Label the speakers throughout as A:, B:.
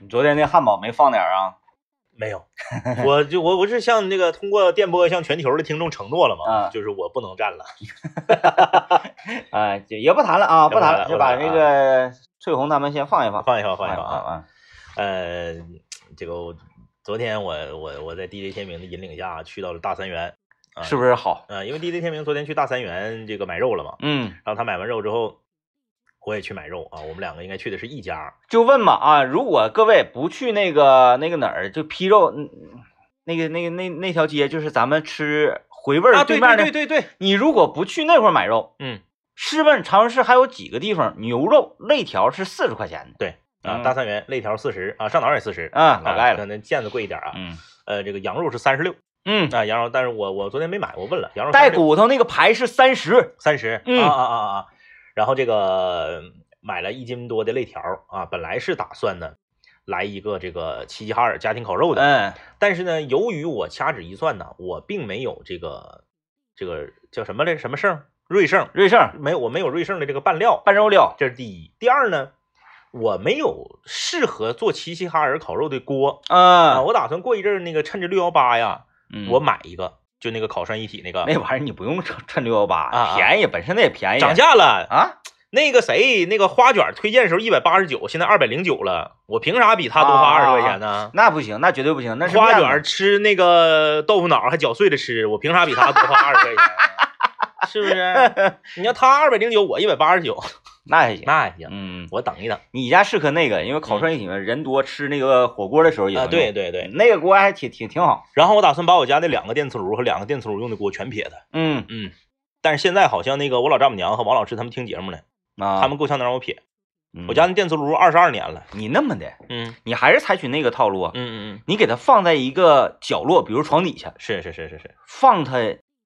A: 你昨天那汉堡没放点儿啊？
B: 没有，我就我我是向那个通过电波向全球的听众承诺了嘛，
A: 啊
B: 就是我不能站了。
A: 哎，就也不谈了啊，
B: 也
A: 不
B: 不谈
A: 谈
B: 了
A: 了，就把
B: 不谈
A: 那
B: 了
A: 个翠红他们先放一放，
B: 放一放，放
A: 放
B: 一
A: 一
B: 放
A: 放
B: 啊。
A: 啊。
B: 呃，这个我昨天我我我在 DJ 天明的引领下去到了大三元，啊
A: 是不是好？
B: 呃，因为 DJ 天明昨天去大三元这个买肉了嘛，
A: 嗯，
B: 然后他买完肉之后，我也去买肉啊，我们两个应该去的是一家，
A: 就问嘛啊，如果各位不去那个那个哪儿，就批肉，嗯那个那个那那条街，就是咱们吃回味儿
B: 啊对
A: 面的。
B: 对对对对，
A: 你如果不去那块儿买肉，
B: 嗯
A: 试问长春市还有几个地方牛肉肋条是四十块钱的？
B: 对啊，
A: 嗯
B: 大三元肋条四十啊，上哪儿也四十，
A: 啊，老盖
B: 可
A: 了。
B: 能腱子贵一点啊，
A: 嗯
B: 呃，这个羊肉是三十六
A: 嗯，
B: 啊，羊肉，但是我我昨天没买，我问了，羊肉
A: 带骨头那个排是三十。
B: 三十，
A: 嗯
B: 啊啊啊啊啊，然后这个嗯买了一斤多的肋条啊，本来是打算呢来一个这个齐齐哈尔家庭烤肉的，
A: 嗯
B: 但是呢，由于我掐指一算呢，我并没有这个这个叫什么来什么盛瑞盛，
A: 瑞盛
B: 没有我没有瑞盛的这个拌料，
A: 拌肉料，
B: 这是第一。第二呢，我没有适合做齐齐哈尔烤肉的锅啊，
A: 嗯，
B: 我打算过一阵儿那个趁着六幺八呀，
A: 嗯
B: 我买一个，就那个烤涮一体那个，
A: 那玩意儿你不用趁趁六幺
B: 啊
A: 八，便宜本身它也便宜。
B: 涨价了。
A: 啊，
B: 那个谁，那个花卷推荐的时候一百八十九，现在二百零九了，我凭啥比他多花
A: 啊啊
B: 二十
A: 啊
B: 块钱呢？
A: 那不行，那绝对不行，那是
B: 花
A: 面子
B: 卷吃那个豆腐脑还搅碎了吃，我凭啥比他多花二十块钱啊？是不是？你要他二百零九，我一百八十九，
A: 那还行。
B: 那也行，
A: 嗯，
B: 我等一等
A: 你家适合那个，因为烤涮一体嘛，人多吃那个火锅的时候也
B: 啊。
A: 能
B: 对
A: 用嗯
B: 对对，
A: 那个锅还挺挺挺好。
B: 然后我打算把我家那两个电磁炉和两个电磁炉用的锅全撇它。
A: 嗯
B: 嗯，但是现在好像那个我老丈母娘和王老师他们听节目呢，
A: 啊，
B: 他们够呛能让我撇。
A: 嗯
B: 我家那电磁炉二十二年了。
A: 你那么的，
B: 嗯
A: 你还是采取那个套路啊
B: 嗯，嗯嗯，
A: 你给它放在一个角落，比如床底下，
B: 是是是是是，
A: 放它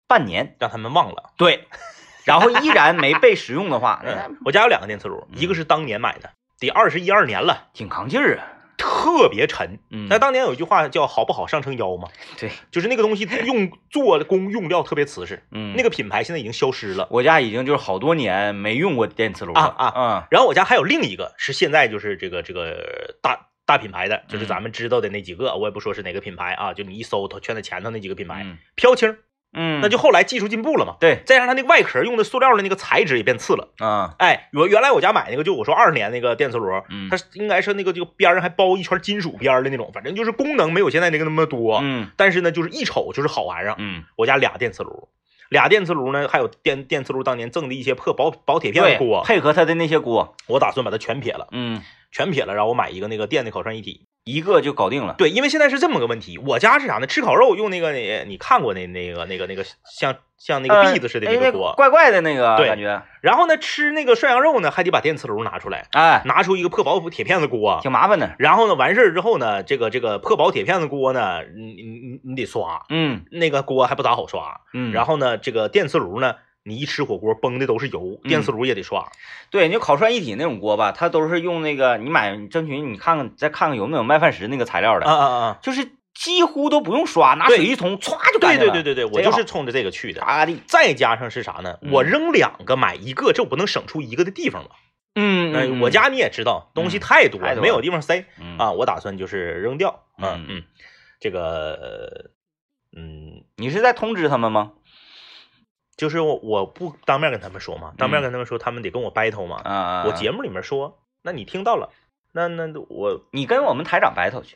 A: 半年，
B: 让他们忘了。
A: 对， 然后依然没被使用的话，那
B: 嗯，我家有两个电磁炉，
A: 嗯
B: 一个是当年买的，得二十一二年了，
A: 挺扛劲儿啊。
B: 特别沉。
A: 嗯，
B: 那当年有一句话叫“好不好上称腰”嘛，
A: 对，
B: 就是那个东西用做工用料特别瓷实，
A: 嗯，
B: 那个品牌现在已经消失了。
A: 我家已经就是好多年没用过电磁炉了
B: 啊
A: 啊，
B: 然后我家还有另一个是现在就是这个这个大大品牌的，就是
A: 嗯
B: 咱们知道的那几个，我也不说是哪个品牌啊，就你一搜它圈在前头那几个品牌，
A: 嗯
B: 飘青儿，
A: 嗯，
B: 那就后来技术进步了嘛，
A: 对
B: 再加上它那个外壳用的塑料的那个材质也变次了。
A: 啊，
B: 哎，我原来我家买那个，就我说二十年那个电磁炉，
A: 嗯
B: 它是应该是那个这个边儿上还包一圈金属边儿的那种，反正就是功能没有现在那个那么多，
A: 嗯
B: 但是呢，就是一瞅就是好玩意儿。啊
A: 嗯，
B: 我家俩电磁炉，俩电磁炉呢，还有电电磁炉当年赠的一些破薄薄铁片
A: 对
B: 的，锅，
A: 配合它的那些锅，
B: 我打算把它全撇了，
A: 嗯，
B: 全撇了，然后我买一个那个电的烤涮一体。
A: 一个就搞定了。
B: 对，因为现在是这么个问题，我家是啥呢？吃烤肉用那个你你看过那那个那个那个像像那个
A: 呃
B: 篦子似的
A: 哎
B: 那
A: 那
B: 个锅，
A: 怪怪的那个
B: 对
A: 感觉，
B: 然后呢吃那个涮羊肉呢，还得把电磁炉拿出来，
A: 哎，
B: 拿出一个破薄铁片子锅，
A: 挺麻烦的。
B: 然后呢，完事儿之后呢，这个这个破薄铁片子锅呢，你你你你得刷，
A: 嗯
B: 那个锅还不咋好刷。
A: 嗯，
B: 然后呢，这个电磁炉呢，你一吃火锅崩的都是油，
A: 嗯
B: 电磁炉也得刷。
A: 对，你就烤涮一体那种锅吧，它都是用那个你买，你争取你看看再看看有没有麦饭石那个材料的，
B: 啊啊啊！
A: 就是几乎都不用刷，拿
B: 对
A: 水一冲，歘就干
B: 对
A: 净
B: 对
A: 了。
B: 对对对，我
A: 这个
B: 就是冲着这个去的。
A: 嘎地，
B: 再加上是啥呢？
A: 嗯
B: 我扔两个买一个，这我不能省出一个的地方吧？
A: 嗯
B: 哎我，家你也知道，东西太多
A: 太多
B: 了，
A: 了
B: 没有地方塞
A: 嗯嗯，
B: 啊。我打算就是扔掉。嗯
A: 嗯
B: 嗯，这个呃嗯，
A: 你是在通知他们吗？
B: 就是我我不当面跟他们说嘛，
A: 嗯
B: 当面跟他们说，他们得跟我 battle 嘛。
A: 啊啊，
B: 我
A: 啊
B: 节目里面说，那你听到了，那那我
A: 你跟我们台长 battle 去。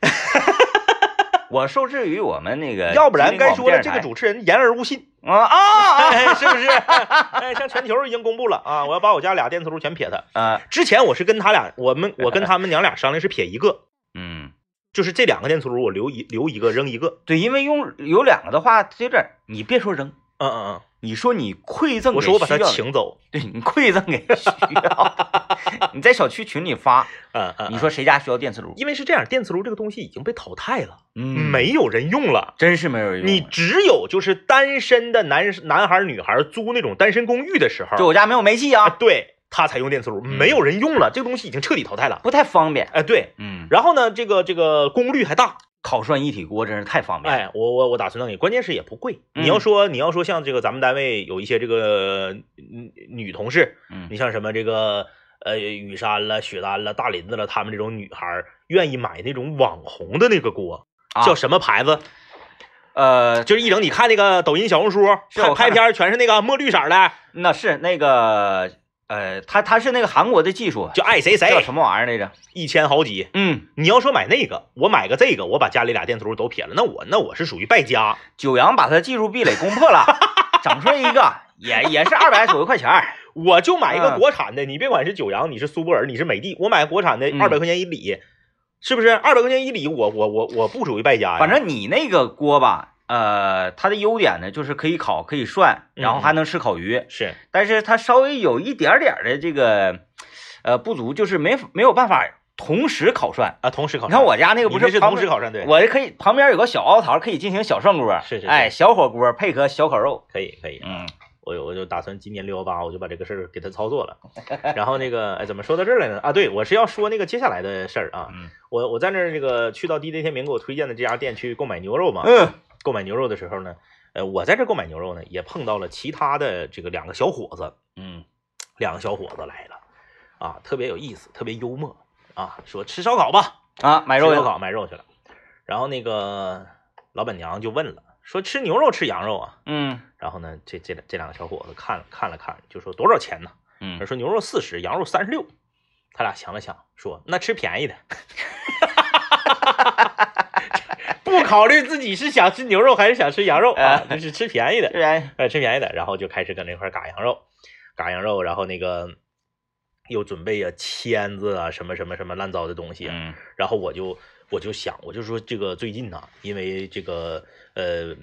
A: 我受制于我们那个，
B: 要不然该说了，这个
A: 主
B: 主持人言而无 信，
A: 啊啊啊
B: 哎，是不是？ 哎，像全球已经公布了啊，我要把我家俩电磁炉全撇它。
A: 啊，
B: 之前我是跟他俩，我们我跟他们娘俩商量是撇一个，
A: 嗯，
B: 就是这两个电磁炉我留一留一个扔一个。
A: 对，因为用有两个的话，它有点儿，你别说扔，
B: 嗯嗯
A: 你说你馈赠
B: 嗯，
A: 给
B: 我说我把它
A: 需要的
B: 请走。
A: 对你馈赠给需要， 你在小区群里发，
B: 嗯嗯，
A: 你
B: 嗯
A: 说谁家需要电磁炉？
B: 因为是这样，电磁炉这个东西已经被淘汰了，
A: 嗯，
B: 没，有人用了。
A: 真是没有人用。啊
B: 你只有就是单身的男男孩儿女孩儿租那种单身公寓的时候，
A: 就我家没有煤气
B: 啊，
A: 啊，
B: 对，它才用电磁炉，
A: 嗯
B: 没有人用了，这个东西已经彻底淘汰了。
A: 不太方便。
B: 哎，对，
A: 嗯，
B: 然后呢，这个这个功率还大，
A: 烤涮一体锅真是太方便。
B: 哎，我我我打算弄你，关键是也不贵。
A: 嗯
B: 你要说你要说像这个咱们单位有一些这个嗯女同事，
A: 嗯
B: 你像什么这个呃雨珊了、雪丹了、大林子了，她们这种女孩儿愿意买那种网红的那个锅，
A: 啊
B: 叫什么牌子？
A: 呃，
B: 就是一整你看那个抖音小红书
A: 是啊
B: 拍
A: 我
B: 拍
A: 看
B: 片儿全是那个墨绿色儿的，
A: 那是那个呃，他他是那个韩国的技术，啊
B: 就爱谁
A: 叫
B: 谁，
A: 什么玩意儿来着？
B: 一千好几。
A: 嗯，
B: 你要说买那个，我买个这个，我把家里俩电图都撇了，那我那我是属于败家。
A: 九阳把他技术壁垒攻破了，整出来一个，也也是二百左右块钱
B: 哎
A: 儿。
B: 我就买一个
A: 嗯
B: 国产的，你别管是九阳，你是苏泊尔，你是美的，我买个国产的，
A: 嗯
B: 二百块钱一里，是不是？二百块钱一里，我我我我不属于败家呀。
A: 反正你那个锅吧，呃，它的优点呢就是可以烤，可以涮，
B: 嗯
A: 然后还能吃烤鱼。
B: 是
A: 但是它稍微有一点点儿的这个呃不足，就是没没有办法同时烤涮。
B: 啊，同时考
A: 你
B: 上。
A: 看我家那
B: 这
A: 个不是
B: 是
A: 旁
B: 同时
A: 边，
B: 考上，对，
A: 我这可以旁边有个小凹槽，可以进行小涮锅，
B: 是是是
A: 哎，小火锅配合小烤肉，
B: 可以可以，
A: 嗯，
B: 我我就打算今年六幺八，我就把这个事儿给他操 作了。然后那个，哎，怎么说到这儿来呢？啊，对，我是要说那个接下来的事儿啊。
A: 嗯
B: 我我在那儿这个去到 DJ 天明给我推荐的这家店去购买牛肉嘛，
A: 嗯
B: 购买牛肉的时候呢，呃，我在这儿购买牛肉呢，也碰到了其他的这个两个小伙子，
A: 嗯
B: 两个小伙子来了，啊，特别有意思，特别幽默啊，说吃烧烤吧，
A: 啊，买肉
B: 吃烧
A: 呀，
B: 烤买肉去了。然后那个老板娘就问了，说吃牛肉吃羊肉啊？
A: 嗯
B: 然后呢，这这这两个小伙子看看了看，就说多少钱呢？
A: 嗯，
B: 说牛肉四十，羊肉三十六。他俩想了想，说那吃便宜的， 不考虑自己是想吃牛肉还是想吃羊肉啊
A: 啊，
B: 那是吃便宜的
A: 虽。然
B: 呃，吃便宜的，然后就开始搁那块儿嘎羊肉，嘎羊肉，然后那个又准备啊签子啊，什么什么什么乱糟的东西啊、
A: 嗯
B: 然后我就我就想，我就说这个最近呢、因为这个呃，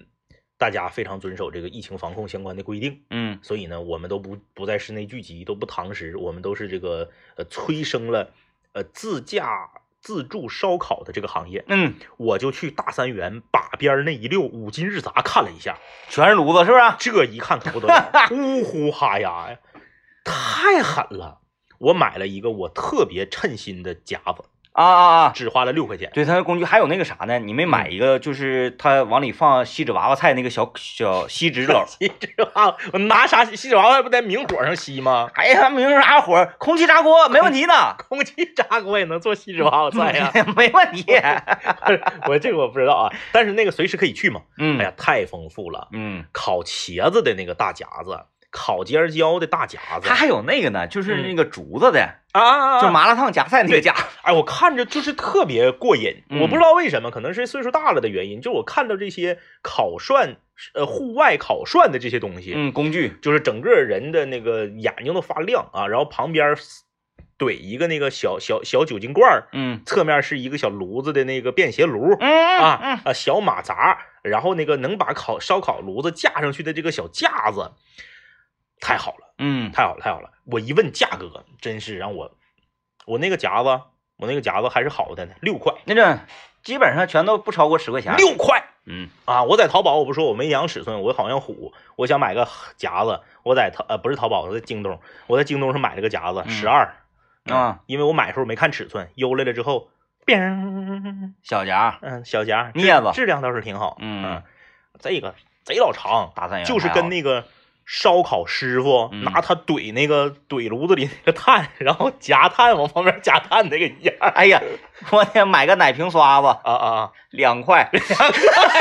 B: 大家非常遵守这个疫情防控相关的规定，
A: 嗯
B: 所以呢，我们都不不在室内聚集，都不堂食，我们都是这个呃催生了呃自驾自助烧烤的这个行业。
A: 嗯，
B: 我就去大三元把边儿那一溜五金日杂看了一下，
A: 全是炉子是不是？啊
B: 这一看可不得了，呜呼哈呀呀，太狠了！我买了一个我特别称心的夹子，
A: 啊啊啊！
B: 只花了六块钱。
A: 对，它的工具还有那个啥呢？你没
B: 嗯
A: 买一个，就是它往里放锡纸娃娃菜那个小小锡纸 篓，
B: 锡纸娃娃，我拿啥锡纸娃娃不在明火上吸吗？
A: 哎呀，明儿啥火？空气炸锅没问题呢，
B: 空气炸锅也能做锡纸娃娃 菜呀、
A: 没问题。
B: 哎我这个我不知道啊，但是那个随时可以去嘛。
A: 嗯
B: 哎呀，太丰富了，
A: 嗯，
B: 烤茄子的那个大夹子，烤尖儿椒的大夹子
A: 它还有那个呢，就是那个竹子的，
B: 嗯啊
A: 啊就是麻辣烫夹菜那个夹。
B: 哎，我看着就是特别过瘾，
A: 嗯
B: 我不知道为什么，可能是岁数大了的原因，就我看到这些烤涮，呃，户外烤涮的这些东西，
A: 嗯，工具。
B: 就是整个人的那个眼睛都发亮啊，然后旁边怼一个那个小小小酒精罐儿，
A: 嗯
B: 侧面是一个小炉子的那个便携炉
A: 嗯
B: 啊啊，小马扎，然后那个能把烤烧烤炉子架上去的这个小架子，太好了。
A: 嗯
B: 太好了，太好了！我一问价格，真是让我，我那个夹子，我那个夹子还是好的呢，六块，
A: 那种基本上全都不超过十块钱。
B: 六块
A: 嗯
B: 啊！我在淘宝，我不说我没量尺寸，我好像虎，我想买个夹子，我在淘呃不是淘宝，我在京东，我在京东上买了个夹子，
A: 嗯
B: 十二、
A: 啊，
B: 因为我买的时候没看尺寸，邮来了之后，变，
A: 小夹
B: 嗯，小夹质
A: 镊子，
B: 质量倒是挺好，啊
A: 嗯
B: 这个贼老长，
A: 大三元
B: 就是
A: 哎还好
B: 跟那个烧烤师傅
A: 嗯
B: 拿它怼那个怼炉子里那个炭，然后夹炭往旁边夹炭那个一样。
A: 哎呀，我天，买个奶瓶刷子
B: 啊啊
A: 两块，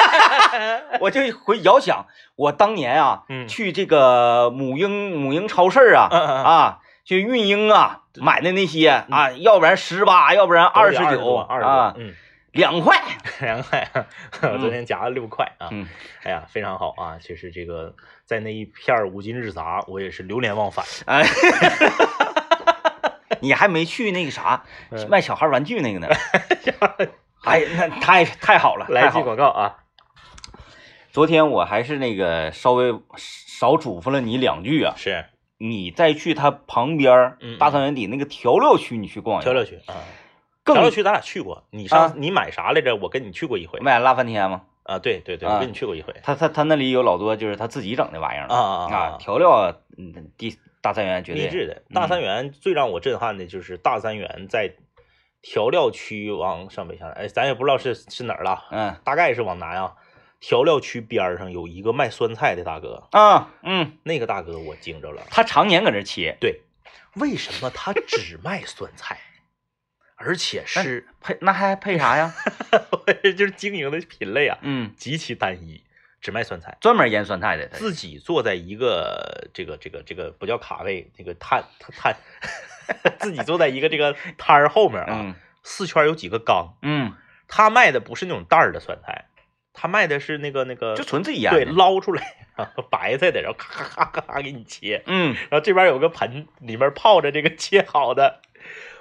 A: 我就回遥想我当年啊，
B: 嗯
A: 去这个母婴母婴超市啊
B: 啊，嗯嗯，
A: 啊，就孕婴啊买的那些啊，要不然十八，要不然二十九，
B: 二十
A: 啊，
B: 嗯，
A: 两块。
B: 两块，我昨天夹了六块啊，
A: 嗯
B: 哎呀，非常好啊！就是这个在那一片儿无尽日杂，我也是流 连忘返。
A: 哎，你还没去那个啥
B: 嗯
A: 卖小孩玩具那 个呢？哎，那太太好了，
B: 来
A: 太好
B: 记
A: 了。
B: 广告啊，
A: 昨天我还是那个稍微少嘱咐了你两句啊，
B: 是
A: 你再去他旁边儿
B: 嗯嗯
A: 大三元底那个调料区，你去逛一
B: 调
A: 逛。
B: 料区啊，
A: 更
B: 调料区咱俩去过，你
A: 啊
B: 上次你买啥来着？我跟你去过一回
A: 卖辣翻天吗？
B: 啊，对对对，
A: 啊
B: 我跟你去过一回
A: 他他他那里有老多就是他自己整的玩意儿
B: 啊啊
A: 啊，调料，嗯，第大三元绝
B: 励
A: 对，
B: 志的。大三元最让我震撼的就是大三元在调料区往上北下南，哎，咱也不知道是是哪儿了，
A: 嗯
B: 大概是往南啊。调料区边儿上有一个卖酸菜的大哥，
A: 啊嗯，
B: 那个大哥我惊着了。
A: 他常年搁这切，
B: 对，为什么他只卖酸菜？而且 是
A: 配那还配啥 呀？
B: 哎就是经营的品类啊
A: 嗯，
B: 极其单一，只卖酸菜。
A: 专门腌酸菜的，他
B: 自己坐在一个这个这个这个不叫卡位，那个摊摊， 自己坐在一个这个摊儿后面啊，
A: 嗯
B: 四圈有几个缸，
A: 嗯，
B: 他卖的不是那种袋儿的酸菜，他卖的是那个那个
A: 就纯自己腌
B: 对
A: 的，
B: 捞出来 然后白菜的，然后咔咔咔咔给你切，
A: 嗯
B: 然后这边有个盆，里面泡着这个切好的，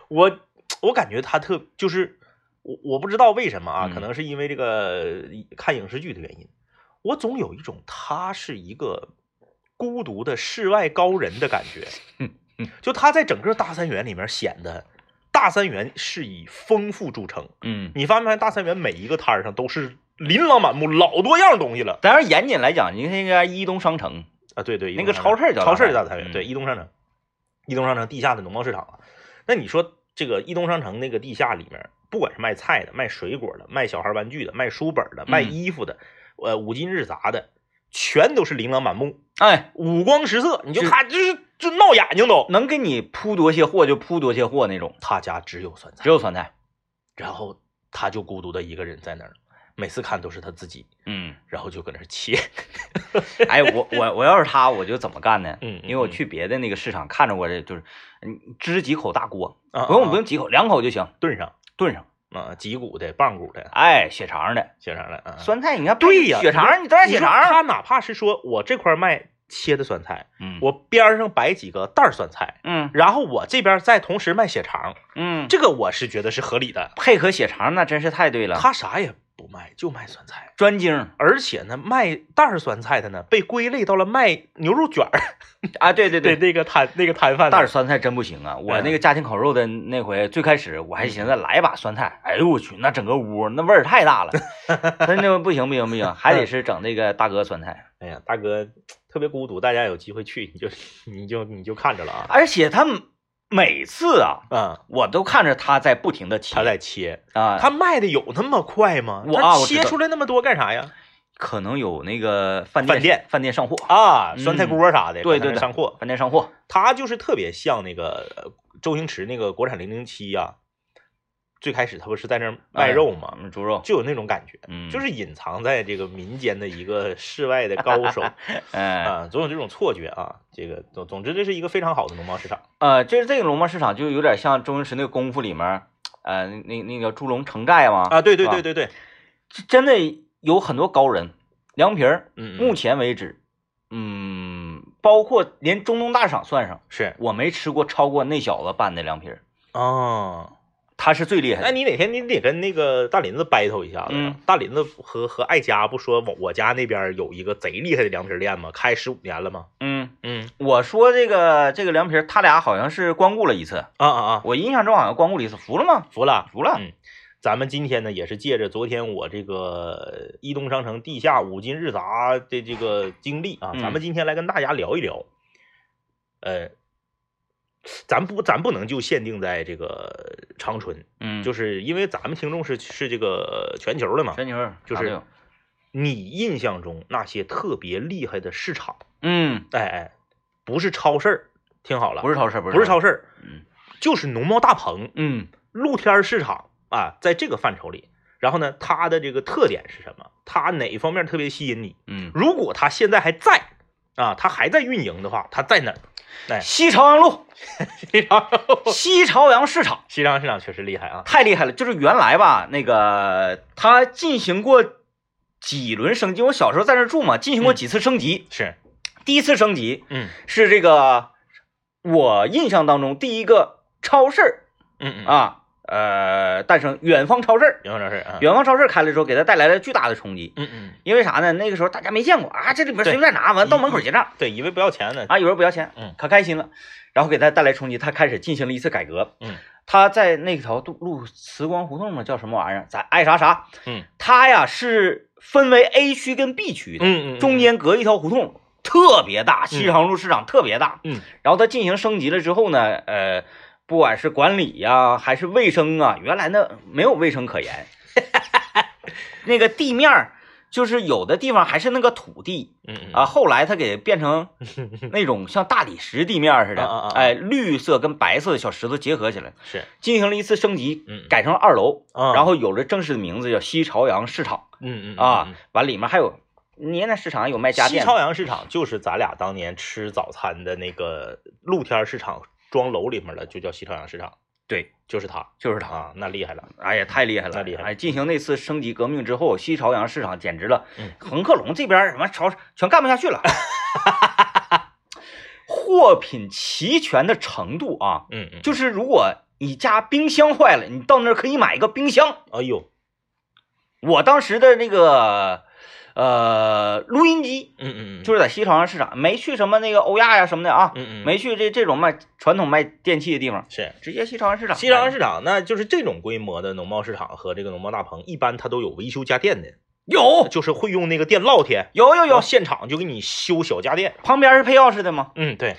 B: 我我感觉他特就是我我不知道为什么啊，
A: 嗯
B: 可能是因为这个看影视剧的原因，我总有一种他是一个孤独的世外高人的感觉，就他在整个大三元里面显得大三元是以丰富著称。
A: 嗯。
B: 你发没发现大三元每一个摊儿上都是琳琅满目，老多样东西了
A: 咱要是严谨来讲，你看那个伊东商城，
B: 啊！对对，
A: 那个
B: 移动
A: 超
B: 商
A: 市
B: 场
A: 叫
B: 超市
A: 大
B: 大
A: 三
B: 三
A: 元
B: 元，
A: 嗯
B: 对，移动商城，移动商城地下的农贸市场啊。那你说这个移动商城那个地下里面，不管是卖菜的、卖水果的、卖小孩玩具的、卖书本的、卖
A: 嗯
B: 衣服的，呃，五金日杂的，全都是琳琅满目，
A: 哎，
B: 五光十色，你就是看就是就闹眼睛都。
A: 能给你铺多些货就铺多些货那种，
B: 他家只有酸菜
A: 只，有酸菜。
B: 然后他就孤独的一个人在那儿，每次看都是他自己，
A: 嗯，
B: 然后就搁那儿切。
A: 哎，我我我要是他，我就怎么干呢？
B: 嗯嗯
A: 因为我
B: 嗯
A: 去别的那个市场看着过这，就是嗯，支几口大锅，
B: 啊
A: 不用不
B: 啊
A: 用几口，两口就行，
B: 炖上。
A: 炖上。
B: 啊，脊骨的、棒骨的，
A: 哎，血肠的
B: 写上了啊。
A: 酸菜，你看
B: 对呀
A: 血肠你端
B: 你
A: 血
B: 说
A: 肠，
B: 他哪怕是说我这块卖切的酸菜，
A: 嗯
B: 我边儿上摆几个袋儿酸菜，
A: 嗯
B: 然后我这边再同时卖血肠，
A: 嗯，
B: 这个我是觉得是合理的。
A: 配合血肠那真是太对了，
B: 他啥也不卖，就卖酸菜。
A: 专 精
B: 而且呢，卖袋儿酸菜的呢，被归类到了卖牛肉卷儿
A: 啊！对对对，
B: 的那个摊那个摊贩
A: 袋
B: 那儿
A: 儿酸菜真不行啊！我
B: 嗯
A: 那个家庭烤肉的那回，最开始我还寻思来把酸菜，哎呦我去，那整个屋那味儿太大了，真的不行不行不行，
B: 嗯
A: 还得是整那个大哥酸菜。
B: 哎呀，大哥特别孤独，大家有机会去，你就你就你就看着了啊。
A: 而且他们每次啊，
B: 啊，
A: 我都看着他在不停的切，
B: 他在切，
A: 啊，
B: 他卖的有那么快吗？
A: 我啊
B: 他
A: 我知
B: 切
A: 道
B: 出来那么多干啥呀？
A: 可能有那个饭店
B: 饭店
A: 饭店上货，
B: 啊，
A: 嗯
B: 酸菜锅啥的，
A: 对对
B: 把它
A: 对
B: 上货，
A: 饭店上货，
B: 他就是特别像那个呃周星驰那个国产零零七呀，最开始他不是在那儿卖肉吗？
A: 嗯，猪肉，
B: 就有那种感觉，
A: 嗯，
B: 就是隐藏在这个民间的一个世外的高手
A: 哎
B: 啊，总有这种错觉啊。这个总总之，这是一个非常好的农贸市场。
A: 呃，就是这个龙猫市场就有点像周星驰那个功夫里面，呃，那那个猪龙城寨嘛，
B: 啊，对对
A: 是吧
B: 对对对，
A: 真的有很多高人。梁皮儿，
B: 嗯，
A: 目
B: 嗯
A: 前为止，嗯，包括连中东大赏算上，
B: 是
A: 我没吃过超过那小子拌的凉皮儿，
B: 哦。
A: 他是最厉害
B: 那
A: 的。
B: 你哪天你得跟那个大林子 battle 一下子呀
A: 嗯。
B: 大林子和和艾佳不说我我家那边有一个贼厉害的凉皮儿店吗？开十五年了吗？
A: 嗯，
B: 嗯
A: 我说这个这个凉皮儿，他俩好像是光顾了一次，
B: 啊啊啊，
A: 我印象中好像光顾了一次，服了吗？
B: 服了。
A: 服了。
B: 嗯咱们今天呢，也是借着昨天我这个呃一东商城地下五金日杂的这个经历啊，
A: 嗯
B: 咱们今天来跟大家聊一聊。呃，咱不咱不能就限定在这个长春，
A: 嗯，
B: 就是是因为咱们听众是是这个全球的嘛。
A: 全球
B: 就是
A: 啥都有
B: 你印象中那些特别厉害的市场，
A: 嗯，
B: 哎哎，不是超市儿，听好了，
A: 不
B: 是
A: 是超市，不
B: 不是超
A: 市，
B: 市儿，
A: 嗯
B: 就是农贸大棚，
A: 嗯
B: 露天儿市场啊，在这个范畴里，然后呢，它的这个特点是什么？它哪方面特别吸引你？
A: 嗯，
B: 如果它现在还在啊，它还在运营的话，它在哪儿？
A: 西朝阳路，
B: 西昌，
A: 西朝阳市场
B: 西昌市场确实厉害啊！
A: 太厉害了，就是原来吧，那个他进行过几轮升级，我小时候在那儿住嘛，进行过
B: 嗯
A: 几次升级，
B: 是，
A: 第一次升级
B: 嗯
A: 是这个，我印象当中第一个超市儿
B: 嗯嗯，
A: 啊，呃，诞生远方超市儿，
B: 永昌超市啊，
A: 远方超市儿开了之后，给他带来了巨大的冲击。
B: 嗯嗯，
A: 因为啥呢？那个时候大家没见过啊，这里面
B: 对
A: 随便拿，完到门口结账
B: 对，以为不要钱呢，
A: 啊，有人不要钱，
B: 嗯，
A: 可开心了。然后给他带来冲击，他开始进行了一次改革。
B: 嗯，
A: 他在那条路路慈光胡同嘛，叫什么玩意儿？咱爱啥啥。
B: 嗯，
A: 他呀是分为 A 区跟 B 区的，
B: 嗯嗯，嗯
A: 中，间隔一条胡同，特别大，西长路市场特别大。
B: 嗯，
A: 然后它进行升级了之后呢，呃，不管是管理呀、还是 卫生啊，原来那没有卫生可言，那个地面儿就是有的地方还是那个土地
B: 嗯
A: 啊，，后来它给变 成那种像大理石地面似的，
B: 啊啊啊
A: 哎，绿色跟白色的小石头结合起来，
B: 是，
A: 进行了一次升级，
B: 嗯，
A: 改成了二楼，
B: 啊，
A: 然后有了正式的名字叫西朝阳市场
B: 嗯嗯嗯
A: 啊
B: 嗯，
A: 完里面还有，你那市场有卖家
B: 西
A: 电，
B: 朝阳市场就是咱俩当年吃早餐的那个露天市场，装楼里面的，就叫西朝阳市场，
A: 对，
B: 就是它
A: 就是它。
B: 啊，那厉害了，
A: 哎呀，太厉害了！
B: 太厉害了
A: 哎，进行那次升级革命之后，西朝阳市场简直了，
B: 嗯
A: 恒客隆这边儿什么朝全干不下去了。货品齐全的程度啊，
B: 嗯嗯，
A: 就是如果你家冰箱坏了，你到那儿可以买一个冰箱。
B: 哎呦，
A: 我当时的那个呃录音机
B: 嗯嗯嗯，，
A: 就是是在西朝阳市场，没去什么那个欧亚呀什么的啊，
B: 嗯嗯，
A: 没去这这种卖传统卖电器的地方，
B: 是。
A: 直接西朝阳市场。
B: 西朝阳市场，那就是这种规模的农贸市场和这个农贸大棚，一般它都有维修家电的，
A: 有
B: 就是会用那个电烙铁，
A: 有有
B: 要
A: 有，
B: 现场就给你修小家电。
A: 旁边是配钥匙的吗？
B: 嗯，对，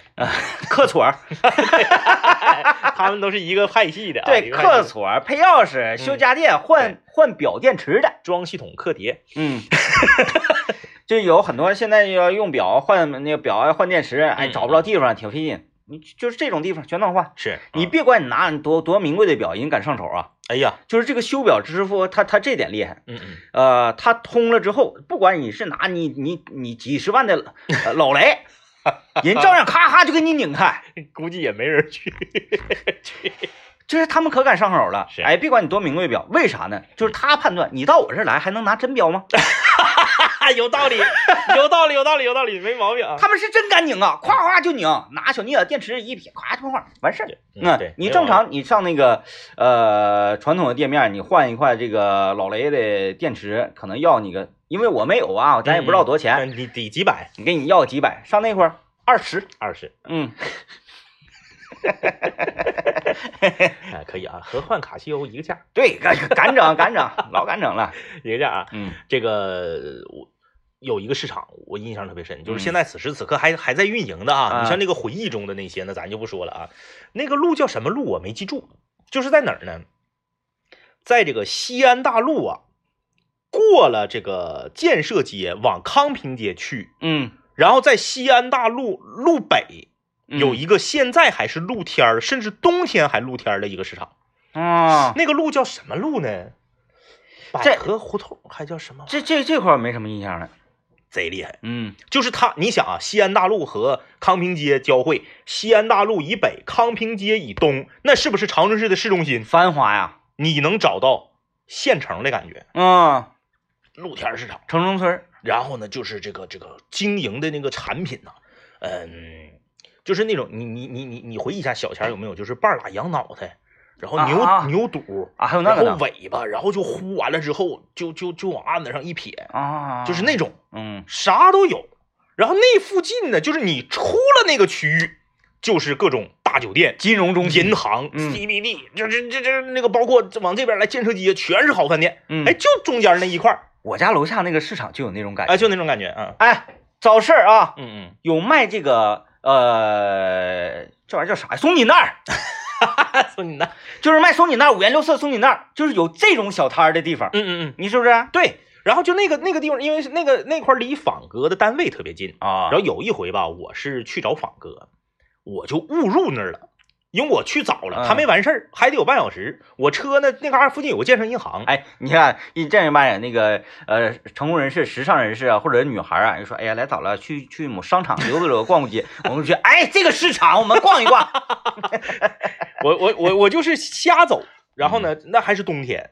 A: 客所儿。
B: 啊他们都是一个派系 的啊，
A: 对，
B: 一个派系
A: 厕所、配钥匙、
B: 嗯
A: 修家电、换换表电池的，
B: 装系统课题。
A: 嗯， 就有很多现在要用表换那个表啊，换电池，哎，
B: 嗯
A: 找不着地方，挺费劲。你就是这种地方全能换，
B: 是
A: 你
B: 啊
A: 别管你拿多多名贵的表，人敢上手啊！
B: 哎呀，
A: 就是这个修表之傅，他他这点厉害，
B: 嗯嗯，
A: 呃，他通了之后，不管你是拿你你你几十万的呃老 雷，人照样咔咔就给你拧开，
B: 估计也没人去。
A: 就是他们可敢上手了
B: 是。
A: 哎，别管你多名贵表，为啥呢？就是他判断你到我这儿来还能拿真表吗？
B: 啊， 有道理，有道理，有道理，有道理，没毛病啊。
A: 他们是真敢拧啊，夸夸就拧，拿小尼尔电池一撇，夸就换，完事儿。
B: 对啊
A: 嗯，，你正常你上那个呃传统的店面，你换一块这个老雷的电池，可能要你个，因为我没有啊，咱也不知道多少
B: 没毛
A: 钱，
B: 病，但你抵几百，
A: 你给你要几百，上那块儿二十，
B: 二十，
A: 嗯，
B: 哎，可以啊，和换卡西欧一个价，
A: 对，敢敢整敢整，老敢整了，
B: 一个价啊。
A: 嗯
B: 这个我有一个市场，我印象特别深，就是
A: 嗯
B: 现在此时此刻还还在运营的啊。
A: 啊
B: 你像那个回忆中的那些，那咱就不说了啊。那个路叫什么路我没记住，就是在哪儿呢？在这个西安大路啊，过了这个建设街往康平街去，
A: 嗯，
B: 然后在西安大路路北
A: 嗯
B: 有一个现在还是露天儿，甚至冬天还露天儿的一个市场。
A: 啊，
B: 那个路叫什么路呢？
A: 这
B: 百合胡同还叫什么？
A: 这这这块儿没什么印象了，
B: 贼厉害！
A: 嗯
B: 就是它，你想啊，西安大路和康平街交汇，西安大路以北，康平街以东，那是不是长春市的市中心？
A: 繁华呀，
B: 你能找到县城的感觉，
A: 嗯，
B: 露天市场。
A: 城中村儿，
B: 然后呢，就是这个这个经营的那个产品呐、嗯，就是那种你你你你你回忆一下小前儿有没有，就是半拉羊脑袋，然后牛、
A: 啊啊
B: 牛肚，
A: 啊，还有那
B: 然
A: 个
B: 后
A: 呢，
B: 尾巴，然后就呼完了之后，就就就往案子上一撇，
A: 啊，
B: 就是那种
A: 嗯，
B: 啥都有。然后那附近呢，就是你出了那个区域，就是各种大酒店、
A: 金融中心，
B: 银行、
A: 嗯
B: CBD，就这这这那个，包括往这边来建设街，全是好饭店。
A: 嗯，
B: 哎，，就中间那一块儿，
A: 我家楼下那个市场就有那种感觉。
B: 哎，就那种感觉啊。
A: 哎，早市啊，
B: 嗯
A: 有卖这个呃，这玩意儿叫啥呀？松紧带儿，
B: 嗯，说你那，
A: 就是卖松紧带儿，五颜六色松紧带儿，就是有这种小摊儿的地方，
B: 嗯嗯嗯，
A: 你是不是？啊，
B: 对。然后就那个那个地方，因为是那个那块儿离仿哥的单位特别近，
A: 啊
B: 然后有一回吧，我是去找仿哥，我就误入那儿了，因为我去早了，他
A: 嗯
B: 没完事儿，还得有半小时。我车呢，那嘎、达附近有个建设银行，
A: 哎，你看一这样扮演那个呃成功人士、时尚人士啊，或者女孩儿啊，就说哎呀来早了，去去某商场溜达溜达、逛逛街， 我们去哎这个市场我们逛一逛，
B: 我我我我就是瞎走，然后呢，
A: 嗯
B: 那还是冬天，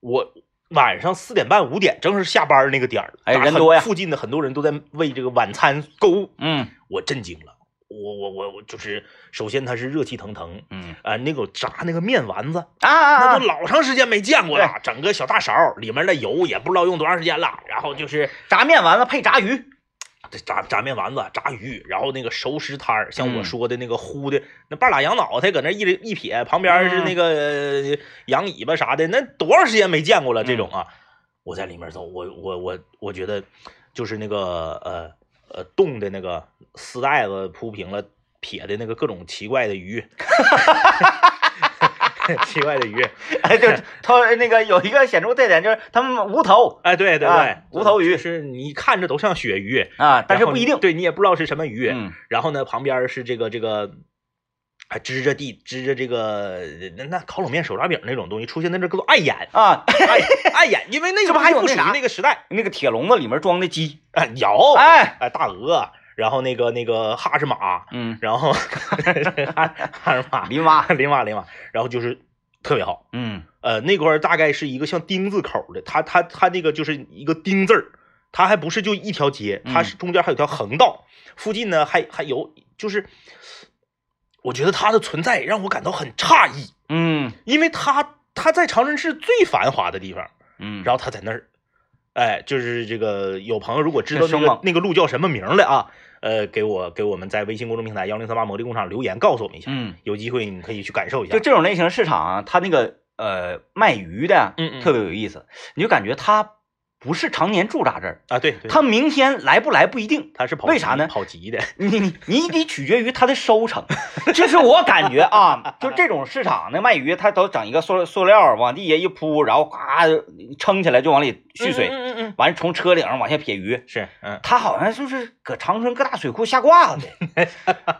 B: 我晚上四点半五点正是下班那个点儿，
A: 哎
B: 大家
A: 人
B: 很
A: 多呀
B: 附近的很多人都在为这个晚餐购物，
A: 嗯
B: 我震惊了，我我我我就是，首先它是热气腾腾。
A: 嗯
B: 啊、那个炸那个面丸子，
A: 啊啊
B: 那
A: 啊
B: 都，老长时间没见过了。整个小大勺里面的油也不知道用多长时间了，然后就是
A: 炸面丸子配炸鱼，
B: 这炸炸面丸子、炸鱼，然后那个熟食摊儿，像我
A: 嗯
B: 说的那个烀的、那半拉羊脑袋搁那一一撇，旁边
A: 嗯
B: 是那个、呃羊尾巴啥的，那多长时间没见过了？这
A: 嗯
B: 种啊，我在里面走，我我我我觉得就是那个呃呃冻的那个丝带子铺平了撇的那个各种奇怪的鱼， 奇怪的鱼，
A: 哎， 就他那个有一个显著特点就是他们无头
B: 哎，对对对
A: 啊，无头鱼
B: 就是你看着都像鳕鱼，
A: 啊，但是
B: 然后
A: 不一定。
B: 对你也不知道是什么鱼。
A: 嗯，，
B: 然后呢，旁边是这个这个，还支着地支着这个那那烤冷面手抓饼那种东西出现在这儿，叫做碍眼
A: 啊，
B: 碍碍眼，因为那
A: 这
B: 个
A: 不还有
B: 不属于
A: 那啥
B: 那个时代
A: 那个铁笼子里面装的鸡，
B: 啊，有
A: 哎，
B: 哎大鹅，然后那个那个哈士马，
A: 嗯，
B: 然后哈哈士马
A: 林蛙，
B: 林马林马，然后就是特别好。
A: 嗯
B: 呃，那块儿大概是一个像丁字口的，它它它那个就是一个丁字儿，它还不是就一条街，它
A: 嗯
B: 是中间还有条横道，附近呢还还有就是，我觉得它的存在让我感到很诧异，
A: 嗯
B: 因为它它在长春市最繁华的地方，
A: 嗯，
B: 然后它在那儿，哎，就是这个有朋友如果知道
A: 这
B: 那
A: 生
B: 个
A: 猛
B: 那个路叫什么名儿了啊，呃，给我给我们在微信公众平台幺零三八魔力工厂留言告诉我们一下，
A: 嗯，
B: 有机会你可以去感受一下
A: 就，这种类型市场啊，它那个呃卖鱼的啊
B: 嗯嗯
A: 特别有意思，你就感觉它不是常年驻扎这儿，
B: 啊，对，对
A: 它明天来不来不一定，
B: 它是跑
A: 为
B: 集
A: 啥呢
B: 跑集的。
A: 你你你得取决于它的收成，这是我感觉啊，就这种市场那卖鱼，它都整一个塑塑料往地下一铺，然后咔撑起来就往里蓄水，
B: 嗯嗯嗯嗯
A: 完从车顶上往下撇鱼，
B: 是，嗯，
A: 它好像就是搁长春各大水库下挂 子的。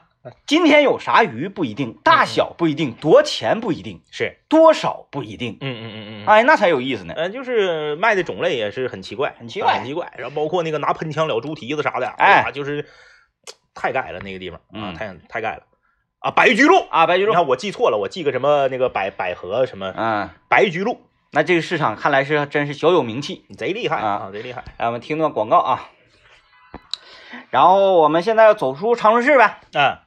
A: 今天有啥鱼不一定，大小不一定，多钱不一定，
B: 是，
A: 多少不一定，
B: 嗯嗯嗯嗯嗯，
A: 哎，那才有意思呢。
B: 呃，就是卖的种类也是很奇怪，很
A: 奇怪
B: 很奇怪。然后包括那个拿喷枪燎猪蹄子啥的，
A: 哎
B: 呀，就是太盖了那个地方啊，
A: 嗯
B: 太太盖了啊，白菊啊路。
A: 啊，白居
B: 你
A: 路，
B: 看我记错了，我记个什么那个百百合什么
A: 嗯，
B: 白菊路，
A: 那这个市场看来是真是小有名气。
B: 贼厉害
A: 啊
B: 啊，贼厉害。
A: 哎，我们听段广告啊，然后我们现在要走出长春市呗，
B: 嗯，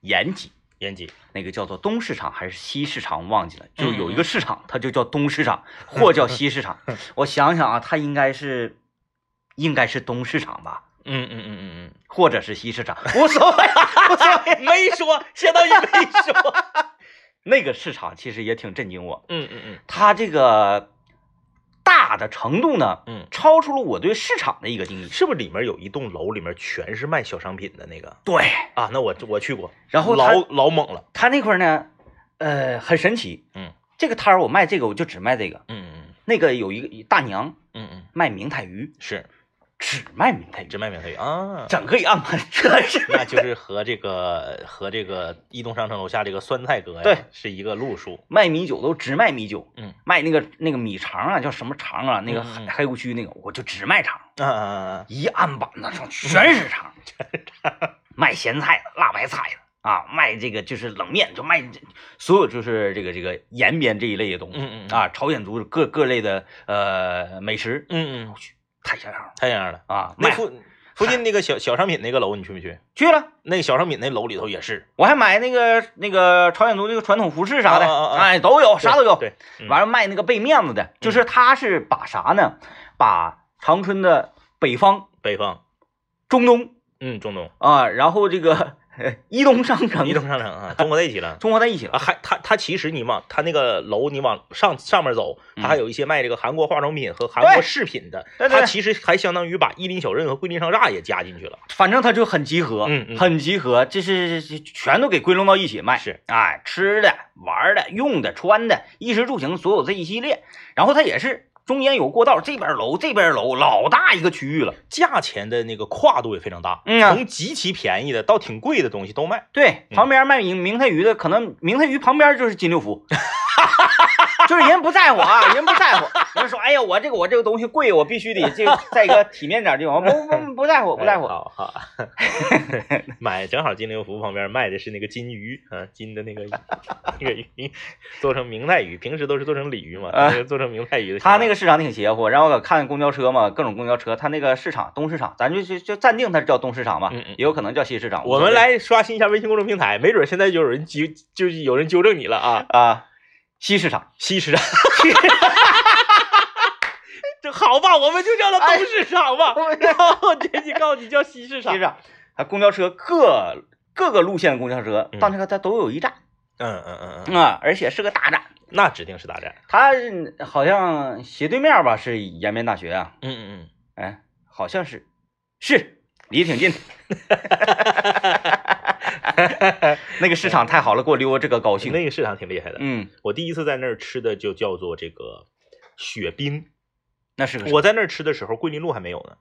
A: 延吉。
B: 延吉，
A: 那个叫做东市场还是西市场，忘记了，就
B: 嗯
A: 有一个市场，它就叫东市场或叫西市场。我想想啊，它应该是应该是东市场吧，
B: 嗯嗯嗯嗯
A: 或者是西市场，无所谓， 无所谓。
B: 嗯， 没说，相当于没说。
A: 那个市场其实也挺震惊我，
B: 嗯嗯嗯
A: 它这个大的程度呢，
B: 嗯，
A: 超出了我对市场的一个定义。
B: 是不是里面有一栋楼，里面全是卖小商品的那个
A: 对，
B: 啊？那我我去过，
A: 然后它
B: 老老猛了。
A: 它那块儿呢，呃，很神奇。
B: 嗯，
A: 这个摊儿我卖这个，我就只卖这个。
B: 嗯嗯
A: 那个有一个大娘
B: 嗯嗯，
A: 卖明太鱼，
B: 是
A: 只卖明太鱼，
B: 只卖免费啊，
A: 整个一按盘车是。
B: 那就是和这个和这个一东商城楼下这个酸菜哥呀，
A: 对，
B: 是一个路数。
A: 卖米酒都只卖米酒，
B: 嗯，
A: 卖那个那个米肠啊，叫什么肠啊？那个
B: 嗯嗯
A: 黑
B: 嗯
A: 黑虎区那个，我就只卖肠，
B: 嗯嗯
A: 一案板子上全是 肠，卖咸菜的、辣白菜的啊，卖这个就是冷面，就卖这所有就是这个这个延边这一类的东西、
B: 嗯嗯
A: 啊，朝鲜族各各类的呃美食，
B: 嗯嗯，
A: 太像样了
B: 太样了。
A: 啊，
B: 那
A: 卖
B: 附附近那个小小商品那个楼，你去没去？
A: 去了。
B: 那个小商品那楼里头也是
A: 我还买那个那个朝鲜族那个传统服饰啥的，
B: 啊啊啊啊
A: 哎，都有，啥都有。
B: 对，嗯
A: 完了卖那个背面子的，就是他是把啥呢？把长春的北方、
B: 北方，
A: 中东
B: 嗯，中东
A: 啊，然后这个呃一东商城
B: 一东商城啊，综合在一起了。
A: 综合在一起
B: 啊，
A: 了。
B: 还它它其实你往它那个楼，你往上上面走，它还有一些卖这个韩国化妆品和韩国
A: 嗯对
B: 饰品的，
A: 对对对
B: 它其实还相当于把伊林小镇和桂林商厦也加进去了。
A: 反正他就很集合，
B: 嗯嗯
A: 很集合，这是全都给归拢到一起卖。
B: 是，
A: 哎，吃的、玩的、用的、穿的，衣食住行，所有这一系列。然后他也是中间有过道，这边楼这边楼，老大一个区域了。
B: 价钱的那个跨度也非常大，
A: 嗯啊
B: 从极其便宜的到挺贵的东西都卖。
A: 对，
B: 嗯
A: 旁边卖明明太鱼的，可能明太鱼旁边就是金六 福，就是人不在乎啊，人不在乎，人说哎呀，我这个我这个东西贵，我必须得这个在一个体面点儿地方，不不不在乎，不在乎
B: 哎。好好， 买正好金流福旁边卖的是那个金鱼啊，金的那个 那个鱼， 做成明太鱼，平时都是做成鲤鱼嘛，
A: 啊
B: 那个做成明太鱼的。
A: 他那个市场挺邪乎，然后我看公交车嘛，各种公交车，他那个市场东市场，咱就就就暂定它叫东市场吧，
B: 嗯嗯
A: 也有可能叫西市场。
B: 我
A: 无所
B: 们
A: 谓
B: 来刷新一下微信公众平台，没准现在就有人纠，就有人纠正你了啊！
A: 啊、西市场，
B: 西市场，这好吧，我们就叫它东市
A: 哎
B: 场吧。
A: 我们
B: 然后这你告诉你叫西市
A: 西
B: 场
A: 市。场，它公交车各各个路线的公交车
B: 嗯
A: 到那个它都有一站
B: 嗯嗯嗯嗯，
A: 啊、而且是个大站。
B: 那指定是大战。
A: 他嗯好像斜对面吧是延边大学啊，
B: 嗯嗯嗯。
A: 哎，好像是，是离挺近的。那个市场太好了，给我溜这个高兴。
B: 那个市场挺厉害的。
A: 嗯，
B: 我第一次在那儿吃的就叫做这个雪冰。
A: 那是个什么
B: 我在那儿吃的时候，桂林路还没有呢。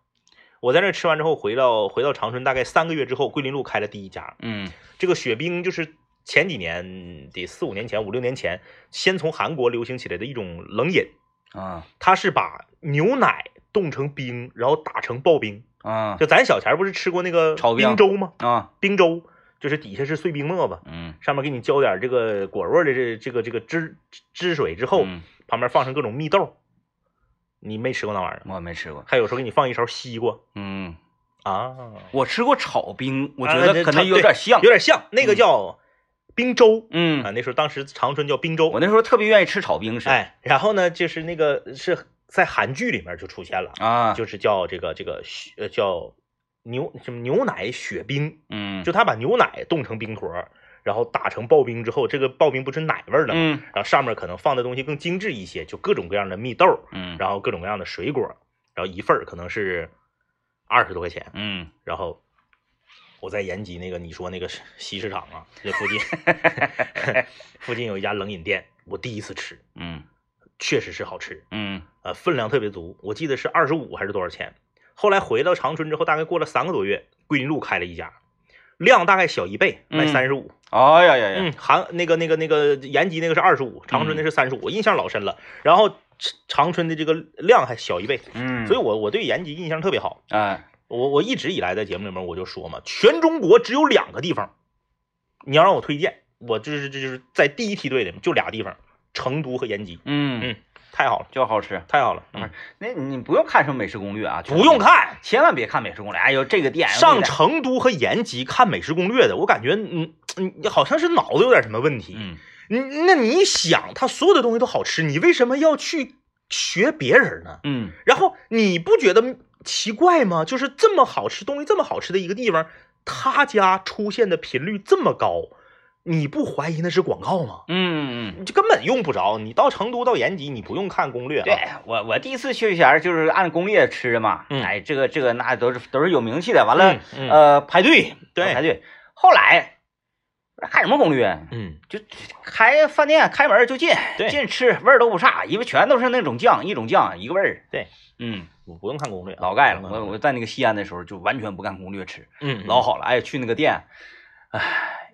B: 我在那儿吃完之后，回到回到长春，大概三个月之后，桂林路开了第一家。
A: 嗯
B: 这个雪冰就是前几年得四五年前、五六年前，先从韩国流行起来的一种冷饮，
A: 啊
B: 它是把牛奶冻成冰，然后打成刨冰。
A: 啊
B: 就咱小前儿不是吃过那个
A: 炒冰
B: 冰粥吗？
A: 啊
B: 冰粥就是底下是碎冰沫子，
A: 嗯
B: 上面给你浇点这个果味儿的这这个这个汁汁水之后，
A: 嗯
B: 旁边放上各种蜜豆。你没吃过那玩意儿？啊
A: 我没吃过。
B: 还有时候给你放一勺西瓜
A: 嗯，
B: 啊，
A: 我吃过炒冰，我觉
B: 啊
A: 得
B: 那
A: 可能
B: 炒
A: 有
B: 对
A: 点像
B: 有。点像那个叫冰粥、啊，
A: 嗯，
B: 那时候当时长春叫冰粥
A: 我，那时候特别愿意吃炒冰是。
B: 哎，然后呢，就是那个是在韩剧里面就出现了，
A: 啊，
B: 就是叫这个这个雪呃叫牛什么牛奶雪冰，
A: 嗯
B: 就他把牛奶冻成冰坨儿，然后打成刨冰之后，这个刨冰不是奶味儿的吗？
A: 嗯
B: 然后上面可能放的东西更精致一些，就各种各样的蜜豆，
A: 嗯
B: 然后各种各样的水果，然后一份儿可能是二十多块钱，
A: 嗯
B: 然后我在延吉那个你说那个市西市场啊，这附近 附近有一家冷饮店，我第一次吃，
A: 嗯
B: 确实是好吃，
A: 嗯
B: 呃，分量特别足，我记得是二十五还是多少钱。后来回到长春之后，大概过了三个多月，桂林路开了一家，量大概小一倍，卖
A: 嗯
B: 三十五。
A: 哎呀呀呀，
B: 嗯，韩那个那个那个延吉那个是二十五，长
A: 嗯
B: 春那是三十五，我印象老深了。然后长长春的这个量还小一倍，
A: 嗯
B: 所以我我对延吉印象特别好。
A: 哎，
B: 我我一直以来在节目里面我就说嘛，全中国只有两个地方，你要让我推荐，我就是这就是在第一梯队里面就俩地方，成都和延吉，
A: 嗯
B: 嗯，太好了，
A: 就好吃。
B: 太好了，
A: 嗯
B: 嗯、
A: 那你不用看什么美食攻略啊，
B: 不用，看，
A: 千万别看美食攻略。哎呦，这个店
B: 上成都和延吉看美食攻略的，我感觉嗯嗯好像是脑子有点什么问题，
A: 嗯
B: 嗯，那你想，他所有的东西都好吃，你为什么要去学别人呢？
A: 嗯
B: 然后你不觉得奇怪吗？就是这么好吃东西，这么好吃的一个地方，他家出现的频率这么高，你不怀疑那是广告吗？
A: 嗯嗯。
B: 你就根本用不着。你到成都到延吉，你不用看攻略、啊。
A: 对我，我第一次去前就是按攻略吃的嘛，
B: 嗯
A: 哎，这个这个那都是都是有名气的。完了，
B: 嗯嗯
A: 呃，排队，
B: 对
A: 排队。后来看什么攻略，
B: 嗯，
A: 就开饭店开门就进，
B: 对
A: 进吃味儿都不差，因为全都是那种酱，一种酱一个味儿。
B: 对，
A: 嗯，
B: 我不用看攻略啊、
A: 老盖了。
B: 不用看
A: 我
B: 攻略
A: 我在那个西安的时候就完全不干攻略吃，
B: 嗯
A: 老好了。哎，去那个店，哎，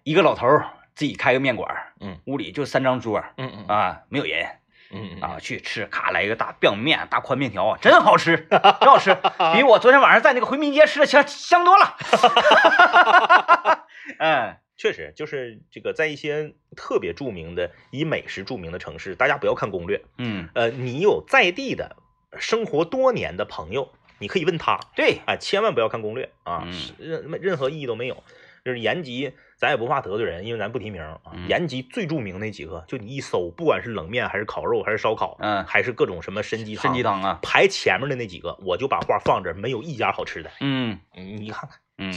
A: 一个老头儿自己开个面馆儿，
B: 嗯，
A: 屋里就三张桌儿
B: 嗯嗯
A: 啊，没有人，
B: 嗯嗯
A: 啊，去吃，咔来一个大 biang 面、大宽面条啊，真好吃，真好吃，比我昨天晚上在那个回民街吃的香香多了。 嗯
B: 确实就是这个，在一些特别著名的以美食著名的城市，大家不要看攻略。
A: 嗯，
B: 呃，你有在地的生活多年的朋友，你可以问他，
A: 对，
B: 哎，千万不要看攻略啊
A: 嗯，
B: 是任任何意义都没有。就是延吉，咱也不怕得罪人，因为咱不提名啊
A: 嗯。
B: 延吉最著名那几个，就你一搜，不管是冷面还是烤肉还是烧烤，
A: 嗯
B: 还是各种什么参鸡汤，
A: 参鸡汤啊，
B: 排前面的那几个，我就把话放这儿，没有一家好吃的。
A: 嗯
B: 你看看，
A: 嗯，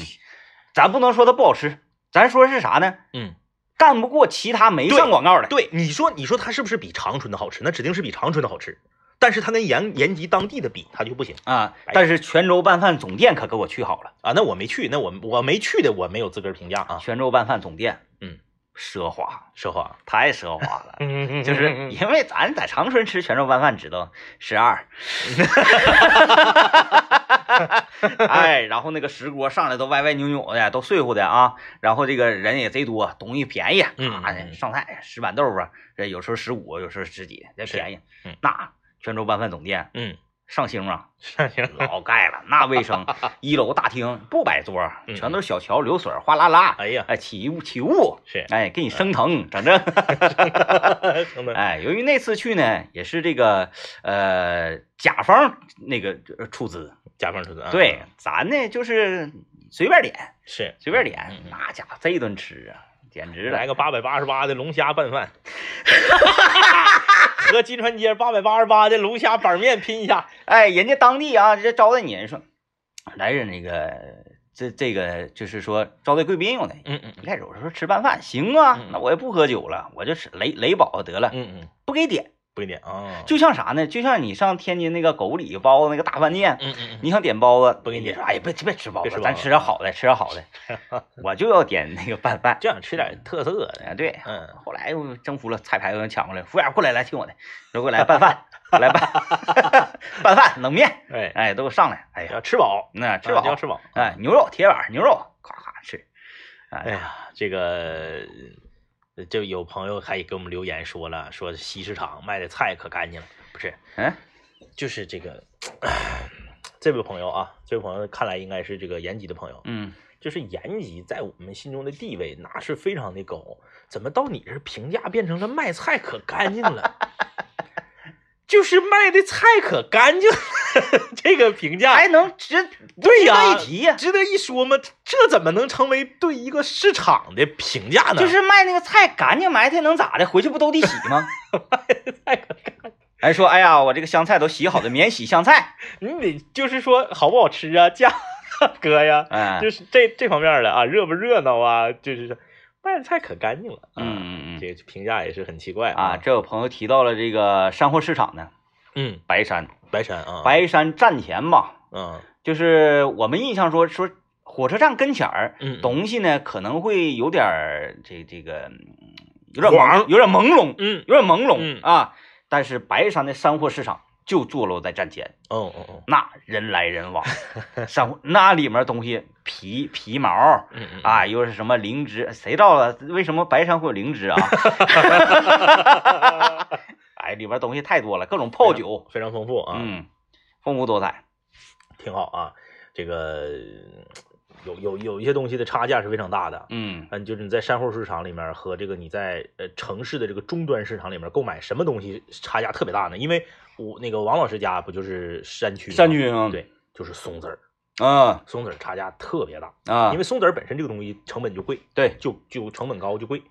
A: 咱不能说它不好吃，咱说是啥呢？
B: 嗯，
A: 干不过其他没
B: 对
A: 上广告的。
B: 对，你说你说它是不是比长春的好吃？那指定是比长春的好吃，但是它跟延延吉当地的比，它就不行
A: 啊，但是泉州拌饭总店可给我去好了，
B: 啊。那我没去，那我我没去的，我没有资格评价啊。
A: 泉州拌饭总店，
B: 嗯，
A: 奢华，
B: 说话，啊
A: 太奢华 了。
B: 嗯
A: 就是因为咱在长春吃泉州拌饭知道十二， 哎，然后那个石锅上来都歪歪扭扭的，都碎乎的啊，然后这个人也贼多，东西便宜，
B: 嗯
A: 啊，上菜十板豆腐，这有时候十五，有时候十几，这便宜
B: 嗯。
A: 那泉州拌饭总店
B: 嗯，
A: 上星啊，
B: 上 行
A: 老盖了，那卫 生，一楼大厅不摆桌，
B: 嗯
A: 全都是小桥流水，哗啦啦，
B: 哎呀，
A: 哎，起雾起雾，
B: 是，
A: 哎，给你升腾，整整。
B: 哎成本，
A: 哎，由于那次去呢，也是这个呃甲方那个呃出资，
B: 甲方出资啊，
A: 对，咱呢就是随便点，
B: 是
A: 随便点
B: 嗯，嗯
A: 那家伙这一顿吃啊，简直
B: 来
A: 了，
B: 个八百八十八的龙虾拌 饭，和金川街八百八十八的龙虾板面拼一下。
A: 哎，人家当地啊，人家招待你，人说来人那个这这个就是说招待贵宾用的。
B: 嗯嗯
A: 一开始我说吃拌饭行啊
B: 嗯，
A: 那我也不喝酒了，我就吃雷雷饱得了，
B: 嗯嗯，
A: 不给点，
B: 不给点啊，
A: 就像啥呢？就像你上天津那个狗里包子那个大饭店，
B: 嗯嗯，
A: 你想点包子，
B: 不给你
A: 说，哎，别别吃包
B: 别吃
A: 子，
B: 包
A: 咱
B: 子
A: 吃点好的，吃点 好的。我就要点那个拌饭。
B: 就想吃点特色的，
A: 哎，对，
B: 嗯，
A: 后来我征服了菜牌，我人抢过来，服务员过来来听我的，说过来拌饭，来 拌拌饭冷面，
B: 哎，
A: 哎，都给我上来，哎呀，
B: 要吃饱，
A: 那吃
B: 啊
A: 饱
B: 要，吃饱，
A: 哎，牛肉铁板牛肉，咔咔吃，
B: 哎呀，这个呃就有朋友还给我们留言说了，说西市场卖的菜可干净了，不是，
A: 嗯，
B: 就是这个，这位朋友啊，这位朋友看来应该是这个延吉的朋友，
A: 嗯，
B: 就是延吉在我们心中的地位那是非常的高，怎么到你这儿评价变成了卖菜可干净了？ 就是卖的菜可干净， 这个评价
A: 还能值
B: 对呀
A: 哎值得一提呀，
B: 值得一说吗？这怎么能成为对一个市场的评价呢？
A: 就是卖那个菜干净埋汰能咋的？回去不都得洗吗？
B: 哎
A: 还说，哎呀，我这个香菜都洗好的免洗香菜，
B: 你得就是说好不好吃啊，价格呀，
A: 哎，
B: 就是这这方面的啊，热不热闹啊，就是卖的菜可干净了、啊。
A: 嗯嗯嗯，
B: 这个评价也是很奇怪
A: 啊，这有朋友提到了这个山货市场呢，
B: 嗯，
A: 白山，
B: 白山啊，，
A: 白山站前吧，
B: 嗯
A: 就是我们印象说说火车站跟前儿
B: 嗯，
A: 东西呢可能会有点儿这这个嗯有点
B: 黄
A: 朦有点朦胧，
B: 嗯，
A: 有点朦胧
B: 嗯
A: 啊。但是白山的山货市场就坐落在站前，
B: 哦哦哦，
A: 那人来人 往，山货那里面东西皮皮毛。
B: 嗯嗯，
A: 啊，又是什么灵芝？谁知道了？为什么白山会有灵芝啊？ 哎，里边东西太多了，各种泡酒，
B: 非常丰富啊，
A: 嗯，丰富多彩。
B: 挺好啊。这个有有有一些东西的差价是非常大的，
A: 嗯
B: 嗯，就是你在山货市场里面和这个你在呃城市的这个终端市场里面购买什么东西差价特别大呢？因为我那个王老师家不就是山区吗，
A: 山区啊，
B: 对，就是松子儿，
A: 啊
B: 松子儿差价特别大，
A: 啊，
B: 因为松子儿本身这个东西成本就贵，
A: 对，
B: 就就成本高就贵，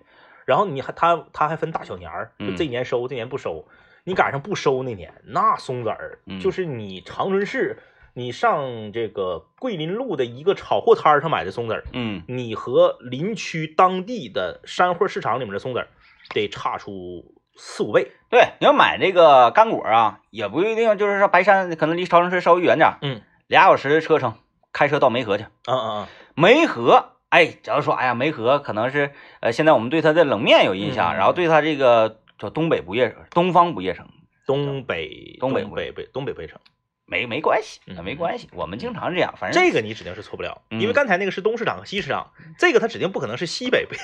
B: 然后你还它它还分大小年儿，就
A: 嗯
B: 这年收这年不收，你赶上不收那年，那松子儿
A: 嗯
B: 就是你长春市，你上这个桂林路的一个炒货摊儿上买的松子儿，
A: 嗯
B: 你和林区当地的山货市场里面的松子儿得差出四五倍。
A: 对，你要买这个干果啊，也不一定就是说白山可能离朝阳区稍微远点儿，
B: 嗯，
A: 俩小时的车程，开车到梅河去。
B: 啊啊啊！
A: 梅河，哎，假如说哎呀，梅河可能是呃，现在我们对它的冷面有印象，
B: 嗯
A: 然后对它这个叫东北不夜东方不夜城。
B: 东北
A: 东北
B: 北北北东北北城，
A: 没没关系，
B: 嗯
A: 啊没关系，我们经常这样，反正
B: 这个你指定是错不了，
A: 嗯
B: 因为刚才那个是东市场和西市场，这个它指定不可能是西北北。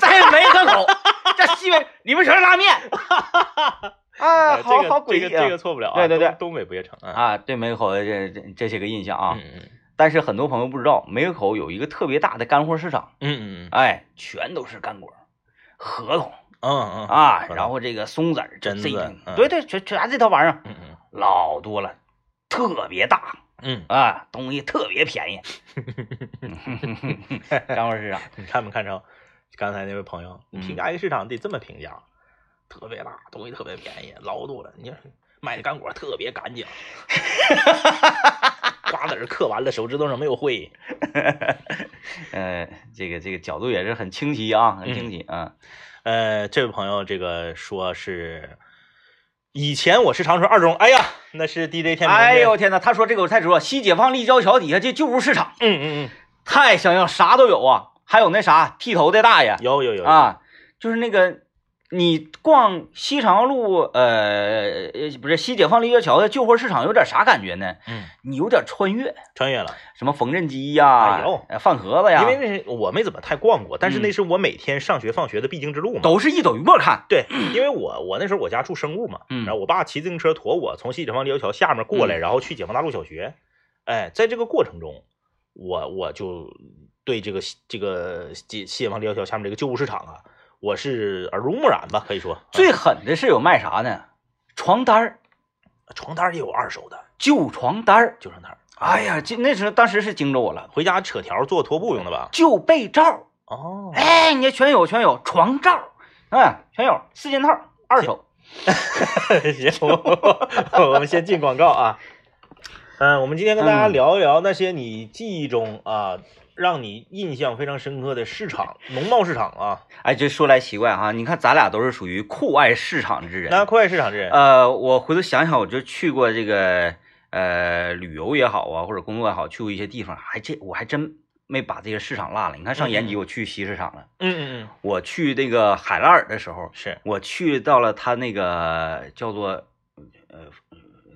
A: 再哎没可口，这西北里面全是拉 面，啊，
B: 呃
A: 好
B: 这个
A: 好诡
B: 这
A: 异
B: 个这个
A: 啊！
B: 错不了啊！
A: 对对对
B: 东东北不夜城啊！
A: 啊，对梅口的这这这些个印象啊，
B: 嗯嗯
A: 但是很多朋友不知道，梅口有一个特别大的干货市场，
B: 嗯嗯
A: 哎，全都是干果、核桃
B: 嗯嗯
A: 啊，
B: 核桃
A: 然后这个松子儿、这
B: 榛
A: 这一
B: 子
A: 种
B: 嗯
A: 对对，全全这套玩意儿
B: 嗯嗯
A: 老多了，特别大
B: 嗯
A: 啊，东西特别 便宜。 干货市场，
B: 嗯，你看没看着刚才那位朋友？
A: 嗯
B: 你评价一个市场得这么评价，特别大，东西特别便宜，老多了。你看卖的干果特别干净， 瓜子儿嗑完了手指头上没有灰。
A: 呃，这个这个角度也是很清晰啊，很
B: 嗯
A: 清晰啊。
B: 呃，这位朋友这个说是。以前我是长春二中，哎呀，那是 DJ 天明。
A: 哎呦，天哪，他说这个我太知道，西解放立交桥底下这旧物市场
B: 嗯嗯
A: 太像样，啥都有啊，还有那啥剃头的大爷
B: 嗯，有有有，
A: 啊，就是那个你逛西长路呃呃不是西解放立交桥的旧货市场有点啥感觉呢？
B: 嗯，
A: 你有点穿越，
B: 穿越了。
A: 什么缝纫机呀、
B: 哎呦
A: 呃饭盒子呀，
B: 因为那是我没怎么太逛过，但是
A: 嗯
B: 那是我每天上学放学的必经之路嘛。
A: 都是一走一过看，
B: 对，因为我我那时候我家住生物嘛，
A: 嗯
B: 然后我爸骑自行车驮我从西解放立交桥下面过来，然后去解放大路小学。哎，在这个过程中，我我就对这个西这个西西解放立交桥下面这个旧物市场啊，我是耳濡目染吧，可以说。嗯
A: 最狠的是有卖啥呢？床单儿，
B: 啊床单儿也有二手的，
A: 旧床单儿。
B: 就上那儿。
A: 哎呀，这那时候当时是惊着我了，
B: 回家扯条做拖布用的吧？
A: 旧被罩，
B: 哦，
A: 哎，你这全有全有，床罩，哎，全有四件套，二手。
B: 行，我我们先进嗯广告啊。嗯，我们今天跟大家聊一聊那些你记忆中啊让你印象非常深刻的市场，农贸市场啊，
A: 哎，这说来奇怪哈、你看咱俩都是属于酷爱市场之人。
B: 那快市场这人，
A: 呃，我回头想想，我就去过这个呃旅游也好啊，或者工作也好，去过一些地方，还这我还真没把这些市场落了。你看上延吉，我去西市场了，
B: 嗯嗯嗯，
A: 我去那个海拉尔的时候，
B: 是，
A: 我去到了他那个叫做呃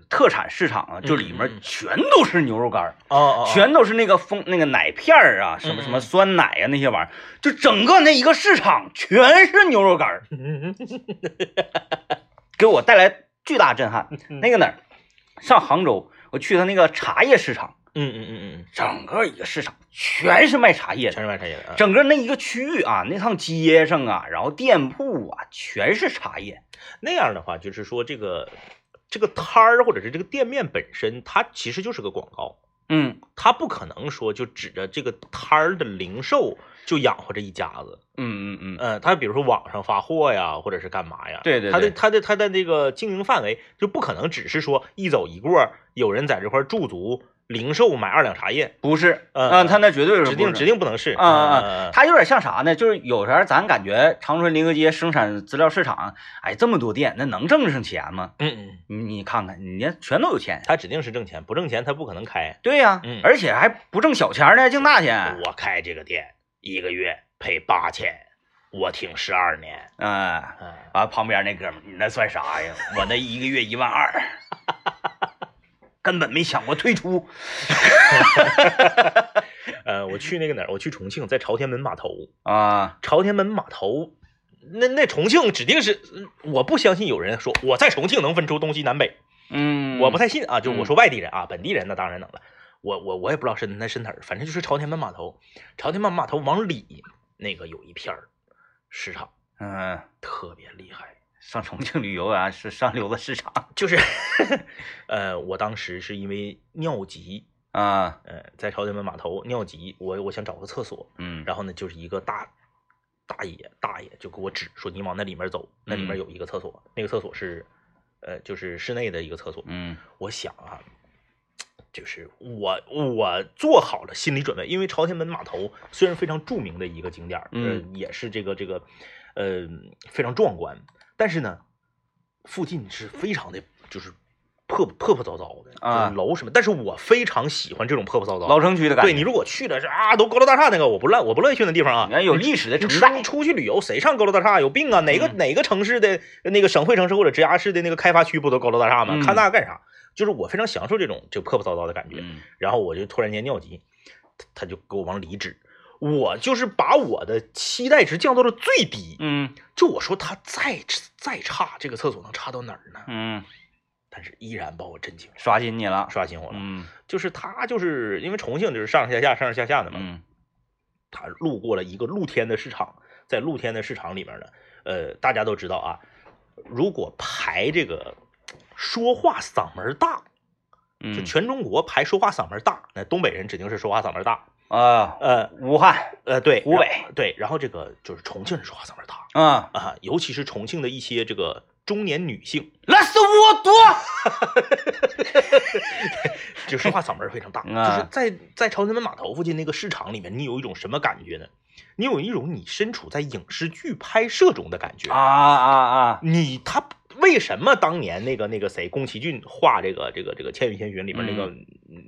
A: 特产市场啊，就里
B: 嗯嗯
A: 面
B: 嗯
A: 全都是牛肉干儿，
B: 哦哦，哦，
A: 全都是那个风那个奶片儿啊，什么什
B: 嗯嗯
A: 么酸奶啊那些玩意儿，就整个那一个市场全是牛肉干儿，给我带来巨大震
B: 嗯
A: 撼。那个哪儿，上杭州，我去他那个茶叶市场，
B: 嗯嗯嗯嗯，
A: 整个一个市场全是卖茶叶
B: 全
A: 的。
B: 是卖茶叶的啊。
A: 整个那一个区域啊，那趟街上啊，然后店铺啊，全是茶叶。
B: 那样的话，就是说这个这个摊儿或者是这个店面本身，它其实就是个广告，
A: 嗯
B: 它不可能说就指着这个摊儿的零售就养活这一家子。
A: 嗯嗯嗯，
B: 嗯，它比如说网上发货呀，或者是干嘛呀，
A: 对对
B: 它的
A: 对
B: 它的它的那个经营范围就不可能只是说一走一过，有人在这块儿驻足零售买二两茶叶，
A: 不是，
B: 嗯
A: 嗯，他那绝对是
B: 指
A: 不
B: 定
A: 是
B: 指定不能是。
A: 啊啊
B: 嗯嗯
A: 它有点像啥呢？就是有时候咱感觉长春临河街生产资料市场，哎，这么多店，那能挣上钱吗？
B: 嗯嗯，
A: 你你看看，人家全都有钱。
B: 它指定是挣钱，不挣钱它不可能开。
A: 对呀、
B: 嗯
A: 而且还不挣小钱呢，净大钱。
B: 我开这个店一个月赔八千，我挺十二年。
A: 哎，
B: 嗯，
A: 啊，旁边那哥们儿，你那算啥呀？我那一个月一万二， 根本没想过退出。
B: 呃，我去那个哪儿，我去重庆，在朝天门码头。
A: 啊，
B: 朝天门码头，那那重庆指定是，嗯我不相信有人说我在重庆能分出东西南北，
A: 嗯，
B: 我不太信啊。就
A: 嗯
B: 我说外地人啊，本地人那当然能了。我我我也不知道是那是哪儿，反正就是朝天门码头，朝天门码头往里那个有一片儿市场，
A: 嗯、
B: 特别厉害。
A: 上重庆旅游啊，是上溜子市场
B: 就是， 呃，我当时是因为尿急，
A: 啊，
B: 呃，在朝天门码头尿急，我我想找个厕所，
A: 嗯，
B: 然后呢，就是一个大大爷大爷就给我指说你往那里面走，那里面
A: 嗯
B: 有一个厕所，那个厕所是，呃，就是室内的一个厕所。
A: 嗯
B: 我想啊，就是我我做好了心理准备，因为朝天门码头虽然非常著名的一个景点儿，呃
A: 嗯，
B: 也是这个这个，呃，非常壮观，但是呢，附近是非常的就是破破破糟糟的
A: 啊
B: 就是楼什么，但是我非常喜欢这种破破糟糟。
A: 老城区的感
B: 对
A: 觉，
B: 你如果去了是啊，都高楼大厦那个，我不乐我不乐意去那地方啊
A: 你。看有历史的
B: 你
A: 承
B: 出
A: 载。
B: 出去旅游，谁上高楼大厦？有病啊！哪个、
A: 嗯
B: 哪个城市的那个省会城市或者直辖市的那个开发区不都高楼大厦吗？
A: 嗯
B: 看那个干啥？就是我非常享受这种就破破糟糟的感觉。
A: 嗯
B: 然后我就突然间尿急，他他就给我往里指，我就是把我的期待值降到了最低。
A: 嗯
B: 就我说他再再差，这个厕所能差到哪儿呢？
A: 嗯，
B: 但是依然把我震惊，
A: 刷新你了。
B: 刷新我了。
A: 嗯
B: 就是他就是因为重庆就是上上下下上上下下的嘛，
A: 嗯
B: 他路过了一个露天的市场，在露天的市场里面呢，呃，大家都知道啊，如果排这个说话嗓门大，就
A: 嗯，
B: 全中国排说话嗓门大，那东北人指定是说话嗓门大，
A: 啊，
B: 呃
A: 武汉
B: 呃，对，
A: 湖北
B: 然后对，然后这个就是重庆人说话嗓门大
A: 啊，
B: 啊，尤其是重庆的一些这个中年女性，
A: 那是我多。
B: 就说话嗓门非常大，
A: 啊
B: 就是在在朝天门码头附近那个市场里面，你有一种什么感觉呢？你有一种你身处在影视剧拍摄中的感觉
A: 啊啊啊！
B: 你他为什么当年那个那个谁宫崎骏画这个这个这个《千与千寻》里面那个、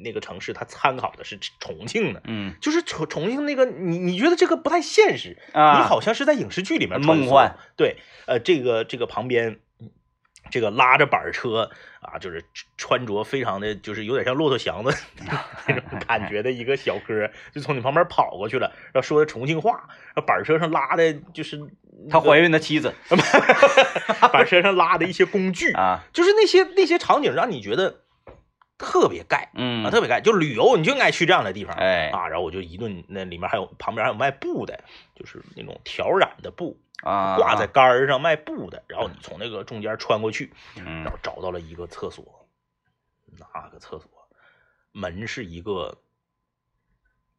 B: 那个城市，他参考的是重庆呢？
A: 嗯
B: 就是重重庆那个，你你觉得这个不太现实，
A: 啊，
B: 你好像是在影视剧里面穿
A: 梦
B: 梭
A: 幻。
B: 对，呃，这个这个旁边，嗯这个拉着板车啊，就是穿着非常的，就是有点像骆驼祥子那种 感觉的一个小哥，就从你旁边跑过去了，然后说重庆话，然后板车上拉的就是
A: 她怀孕的妻子
B: 板车上拉的一些工具，
A: 啊，
B: 就是那些那些场景让你觉得特别盖
A: 嗯
B: 啊，特别盖，就旅游你就应该去这样的地方。
A: 哎
B: 啊，然后我就一顿，那里面还有旁边还有卖布的，就是那种挑染的布，
A: 啊，
B: 挂在杆儿上卖布的。然后你从那个中间穿过去，
A: 嗯
B: 然后找到了一个厕所，那个厕所门是一个，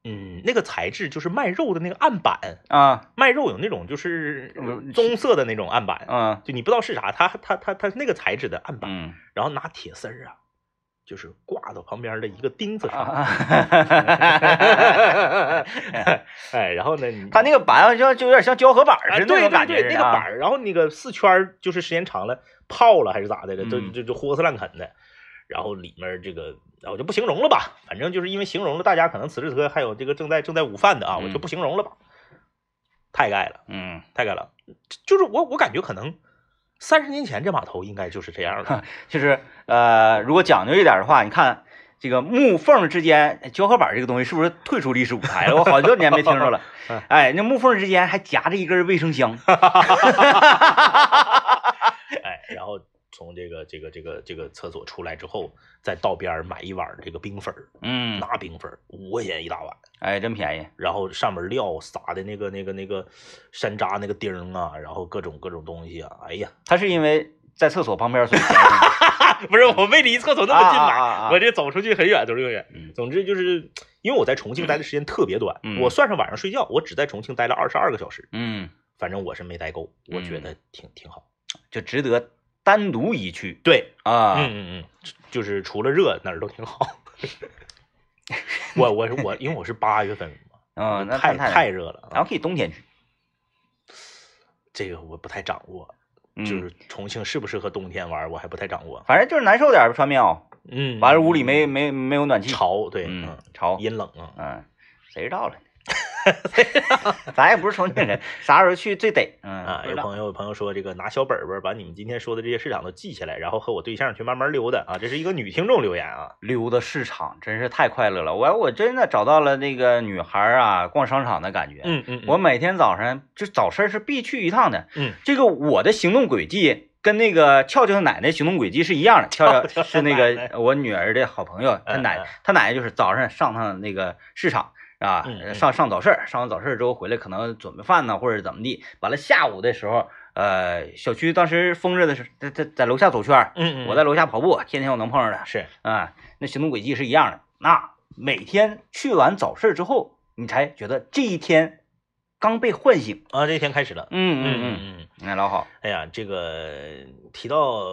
B: 嗯，那个材质就是卖肉的那个案板，
A: 啊
B: 卖肉有那种就是
A: 嗯
B: 棕色的那种案板，
A: 啊
B: 就你不知道是啥，它它它它是那个材质的案板，
A: 嗯
B: 然后拿铁丝儿啊，就是挂到旁边的一个钉子上，
A: 啊
B: 哎，然后呢， 你
A: 它那个板就就有点像胶合板
B: 啊
A: 似的那
B: 对
A: 种
B: 对
A: 感觉
B: 对，那个板
A: 儿
B: 儿，然后那个四圈儿就是时间长了泡了还是咋的了，就
A: 嗯
B: 就就豁死烂啃的。然后里面这个，啊我就不形容了吧，反正就是因为形容了，大家可能此时此刻还有这个正在正在午饭的啊，
A: 嗯
B: 我就不形容了吧。太盖了，
A: 嗯，
B: 太盖了，就是我我感觉可能三十年前这码头应该就是这样的
A: 就是呃，如果讲究一点的话，你看这个木缝之间哎胶合板这个东西是不是退出历史舞台了？我好多年没听着了
B: 嗯。
A: 哎，那木缝之间还夹着一根卫生箱。
B: 哎，然后从这个这个这个这个厕所出来之后，在道边儿买一碗这个冰粉儿，
A: 嗯，
B: 拿冰粉儿五块钱一大碗。
A: 哎，真便宜。
B: 然后上面料撒的那个那个那个山楂那个钉儿啊，然后各种各种东西啊，哎呀，
A: 他是因为在厕所旁边，所以便宜
B: 不是我没离厕 所那么近
A: 啊
B: 嘛，
A: 啊啊啊
B: 我这走出去很远，走出去很远。
A: 嗯
B: 总之就是因为我在重庆待的时间特别短，
A: 嗯
B: 我算上晚上睡觉，我只在重庆待了二十二个小时，
A: 嗯，
B: 反正我是没待够，我觉得挺、挺好。
A: 就值得单独一去
B: 对，
A: 啊。
B: 嗯嗯嗯，就是除了热哪儿都挺好。 我我是我，因为我是八月份嘛，
A: 嗯，那
B: 太
A: 太
B: 太，热了
A: 然
B: 啊，
A: 后可以冬天去，
B: 这个我不太掌握。
A: 嗯
B: 就是重庆适不适合冬天玩儿，我还不太掌握。
A: 反正就是难受点儿，穿棉袄，
B: 嗯，
A: 完了屋里没没没有暖气，
B: 潮，对，
A: 嗯
B: 嗯，，
A: 潮，
B: 阴冷啊。
A: 嗯，谁知道了 呢？ 咱也不是重庆人，啥时候去最得，嗯，
B: 啊，
A: 不知
B: 有
A: 道
B: 朋友有朋友说这个拿小本本儿把你们今天说的这些市场都记下来，然后和我对象去慢慢溜达啊。这是一个女听众留言啊，
A: 溜达市场真是太快乐了，我我真的找到了那个女孩儿啊逛商场的感觉，
B: 嗯嗯
A: 我每天早上就早市是必去一趟的。
B: 嗯，
A: 这个我的行动轨迹跟那个俏俏奶奶行动轨迹是一样的。俏俏是那
B: 奶
A: 个我女儿的好朋友，她奶
B: 嗯嗯
A: 她奶奶就是早上上趟那个市场。啊
B: 嗯，嗯
A: 上上早市儿，上完早市儿之后回来，可能准备饭呢，或者怎么地。完了下午的时候，呃，小区当时封着的时候，在在在楼下走圈儿，
B: 嗯嗯，
A: 我在楼下跑步，天天我能碰上她。
B: 是
A: 啊，那行动轨迹是一样的。那每天去完早市之后，你才觉得这一天刚被唤醒。
B: 啊，这一天开始了，
A: 嗯嗯，
B: 嗯嗯，
A: 那老好。
B: 哎呀，这个提到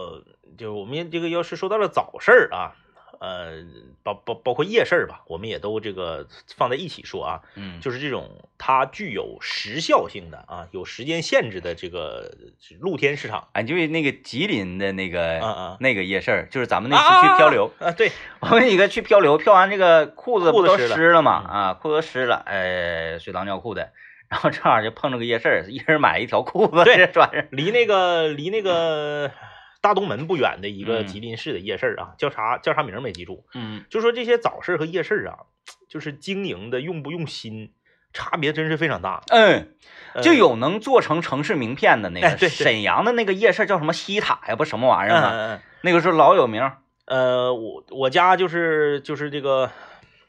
B: 就是我们这个要是说到了早市儿啊。呃，包包包括夜市儿吧，我们也都这个放在一起说啊。
A: 嗯就
B: 就是这种它具有时效性的啊，有时间限制的这个露天市场，
A: 俺哎就是那个吉林的那
B: 啊
A: 个
B: 啊，
A: 那个夜市儿，就是咱们那次去漂流，
B: 啊，对，
A: 我们几个去漂流，漂完这个裤子
B: 裤
A: 不
B: 子
A: 都
B: 湿了
A: 湿了嘛？
B: 嗯
A: 啊，裤子都湿了，呃，水当尿裤的。然后正好就碰着个夜市儿，一人买一条裤子，
B: 对
A: 这穿上。
B: 离那个离那个大东门不远的一个
A: 嗯
B: 吉林市的夜市啊，叫啥叫啥名儿没记住，
A: 嗯，
B: 就说这些早市和夜市啊，就是经营的用不用心，差别真是非常大，
A: 嗯，
B: 呃
A: 就有能做成城市名片的那个，
B: 哎对对
A: 沈阳的那个夜市叫什么西塔呀，不什么玩意
B: 嗯
A: 儿吗？
B: 嗯嗯
A: 那个时候老有名儿。
B: 呃，我我家就是就是这个，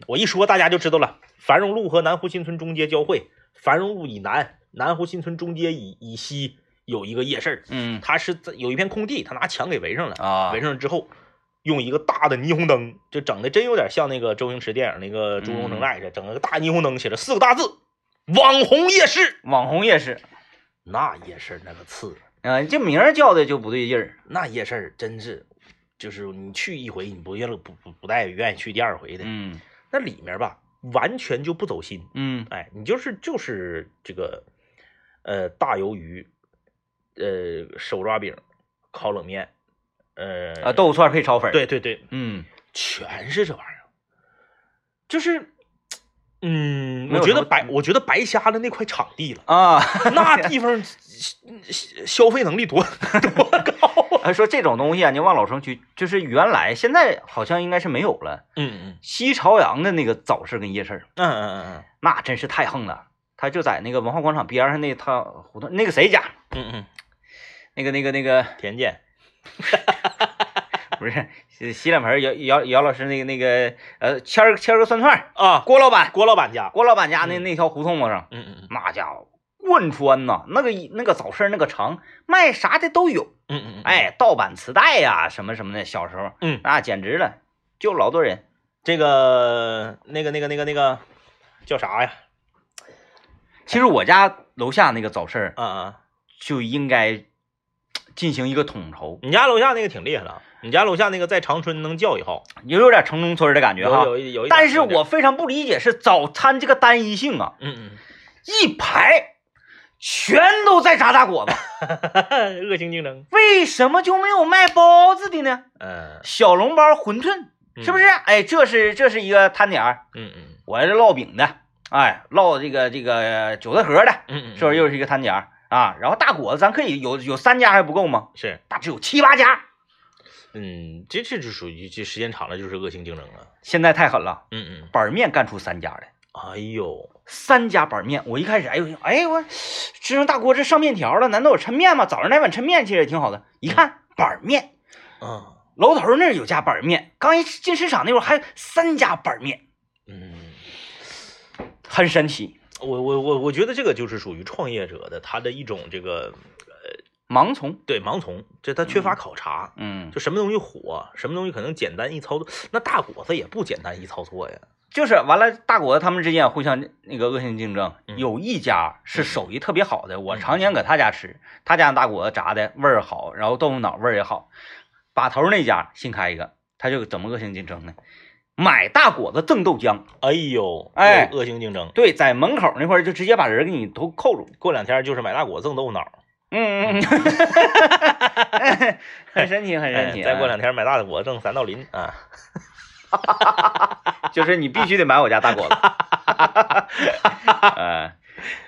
B: 我一说大家就知道了。繁荣路和南湖新村中街交汇，繁荣路以南，南湖新村中街以以西有一个夜市儿，
A: 嗯
B: 它是在有一片空地，它拿墙给围上了，
A: 啊
B: 围上了之后，用一个大的霓虹灯，就整的真有点像那个周星驰电影那个《猪龙城寨》似的，整了个大霓虹灯，写了四个大字“网红夜市
A: 网红夜市，”。
B: 那夜市那个次，
A: 嗯、这名儿叫的就不对劲儿。
B: 那夜市儿真是，就是你去一回，你不愿不不不带愿意去第二回的。
A: 嗯
B: 那里面吧，完全就不走心。
A: 嗯
B: 哎，你就是就是这个，呃，大鱿鱼，呃，手抓饼，烤冷面，呃
A: 啊，豆腐串配炒粉。，
B: 对对对，
A: 嗯，
B: 全是这玩意儿，就是。嗯，
A: 没有
B: 我觉
A: 什
B: 得
A: 么，
B: 白，我觉得白瞎了那块场地了
A: 啊，
B: 那地方消费能力多多高啊！
A: 说这种东西啊，你往老城区，就是原来现在好像应该是没有了。
B: 嗯嗯
A: 西朝阳的那个早市跟夜市，
B: 嗯嗯
A: 那真是太横了。他就在那个文化广场边上那他胡同那个谁家，
B: 嗯嗯嗯，
A: 那个那个那个
B: 田健，
A: 不是西西两盆姚姚姚老师那个那个呃谦儿谦儿哥酸串儿
B: 啊，
A: 郭老板
B: 郭老板家，
A: 郭老板家那
B: 嗯
A: 那条胡同子上，
B: 嗯嗯
A: 那家伙贯穿呐，那个那个早市那个长，卖啥的都有，
B: 嗯嗯嗯，
A: 哎，盗版磁带呀、什么什么的，小时候，
B: 嗯
A: 那简直了，就老多人，
B: 这个那个那个那个那个叫啥呀？
A: 其实我家楼下那个早市儿
B: 啊啊，
A: 就应该进行一个统筹，
B: 你家楼下那个挺厉害的啊，你家楼下那个在长春能叫一号，
A: 也有点城中村的感觉
B: 有
A: 哈。
B: 有一有一点，
A: 但是
B: 有一点
A: 我非常不理解是早餐这个单一性啊，
B: 嗯
A: 一排全都在炸大果 子，
B: 嗯， 恶性竞争，
A: 为什么就没有卖包子的呢？
B: 嗯，
A: 小笼包、馄饨
B: 嗯
A: 是不是？？哎，这是这是一个摊点儿，
B: 嗯嗯
A: 我是烙饼的，哎，烙这个这个韭菜盒的，
B: 嗯嗯，
A: 是不是又是一个摊点儿啊？然后大果子咱可以有有三家还不够吗？
B: 是？
A: 大致有七八家，
B: 嗯，这这就属于这时间长了就是恶性竞争了。
A: 现在太狠了，
B: 嗯嗯，
A: 板儿面干出三家来。
B: 哎呦，
A: 三家板面，我一开始哎呦哎我支上大锅这上面条了，难道有抻面吗？早上那碗抻面其实也挺好的，一看板面，
B: 啊，
A: 楼头那儿有家板面，刚一进市场那会儿还有三家板面，
B: 嗯，
A: 很神奇，
B: 我我我我觉得这个就是属于创业者的他的一种这个
A: 盲从，
B: 对盲从，这他缺乏考察，
A: 嗯，
B: 就什么东西火，什么东西可能简单易操作，那大果子也不简单易操作呀。
A: 就是完了，大果子他们之间互相那个恶性竞争，
B: 嗯
A: 有一家是手艺特别好的，我常年搁他家吃，他家大果子炸的味儿好，然后豆腐脑味儿也好，把头那家新开一个，他就怎么恶性竞争呢？买大果子赠豆浆。
B: 哎呦，
A: 哎
B: 恶性竞争，
A: 对，在门口那块儿就直接把人给你都扣住。
B: 过两天就是买大果赠豆腐脑，
A: 嗯嗯， 嗯， 很神奇，很神
B: 哎
A: 奇。
B: 再过两天买大果赠三道林
A: 哎
B: 啊，
A: 就是你必须得买我家大果子。嗯，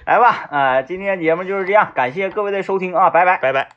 A: 来吧，啊、今天节目就是这样，感谢各位的收听啊，拜拜。
B: 拜拜。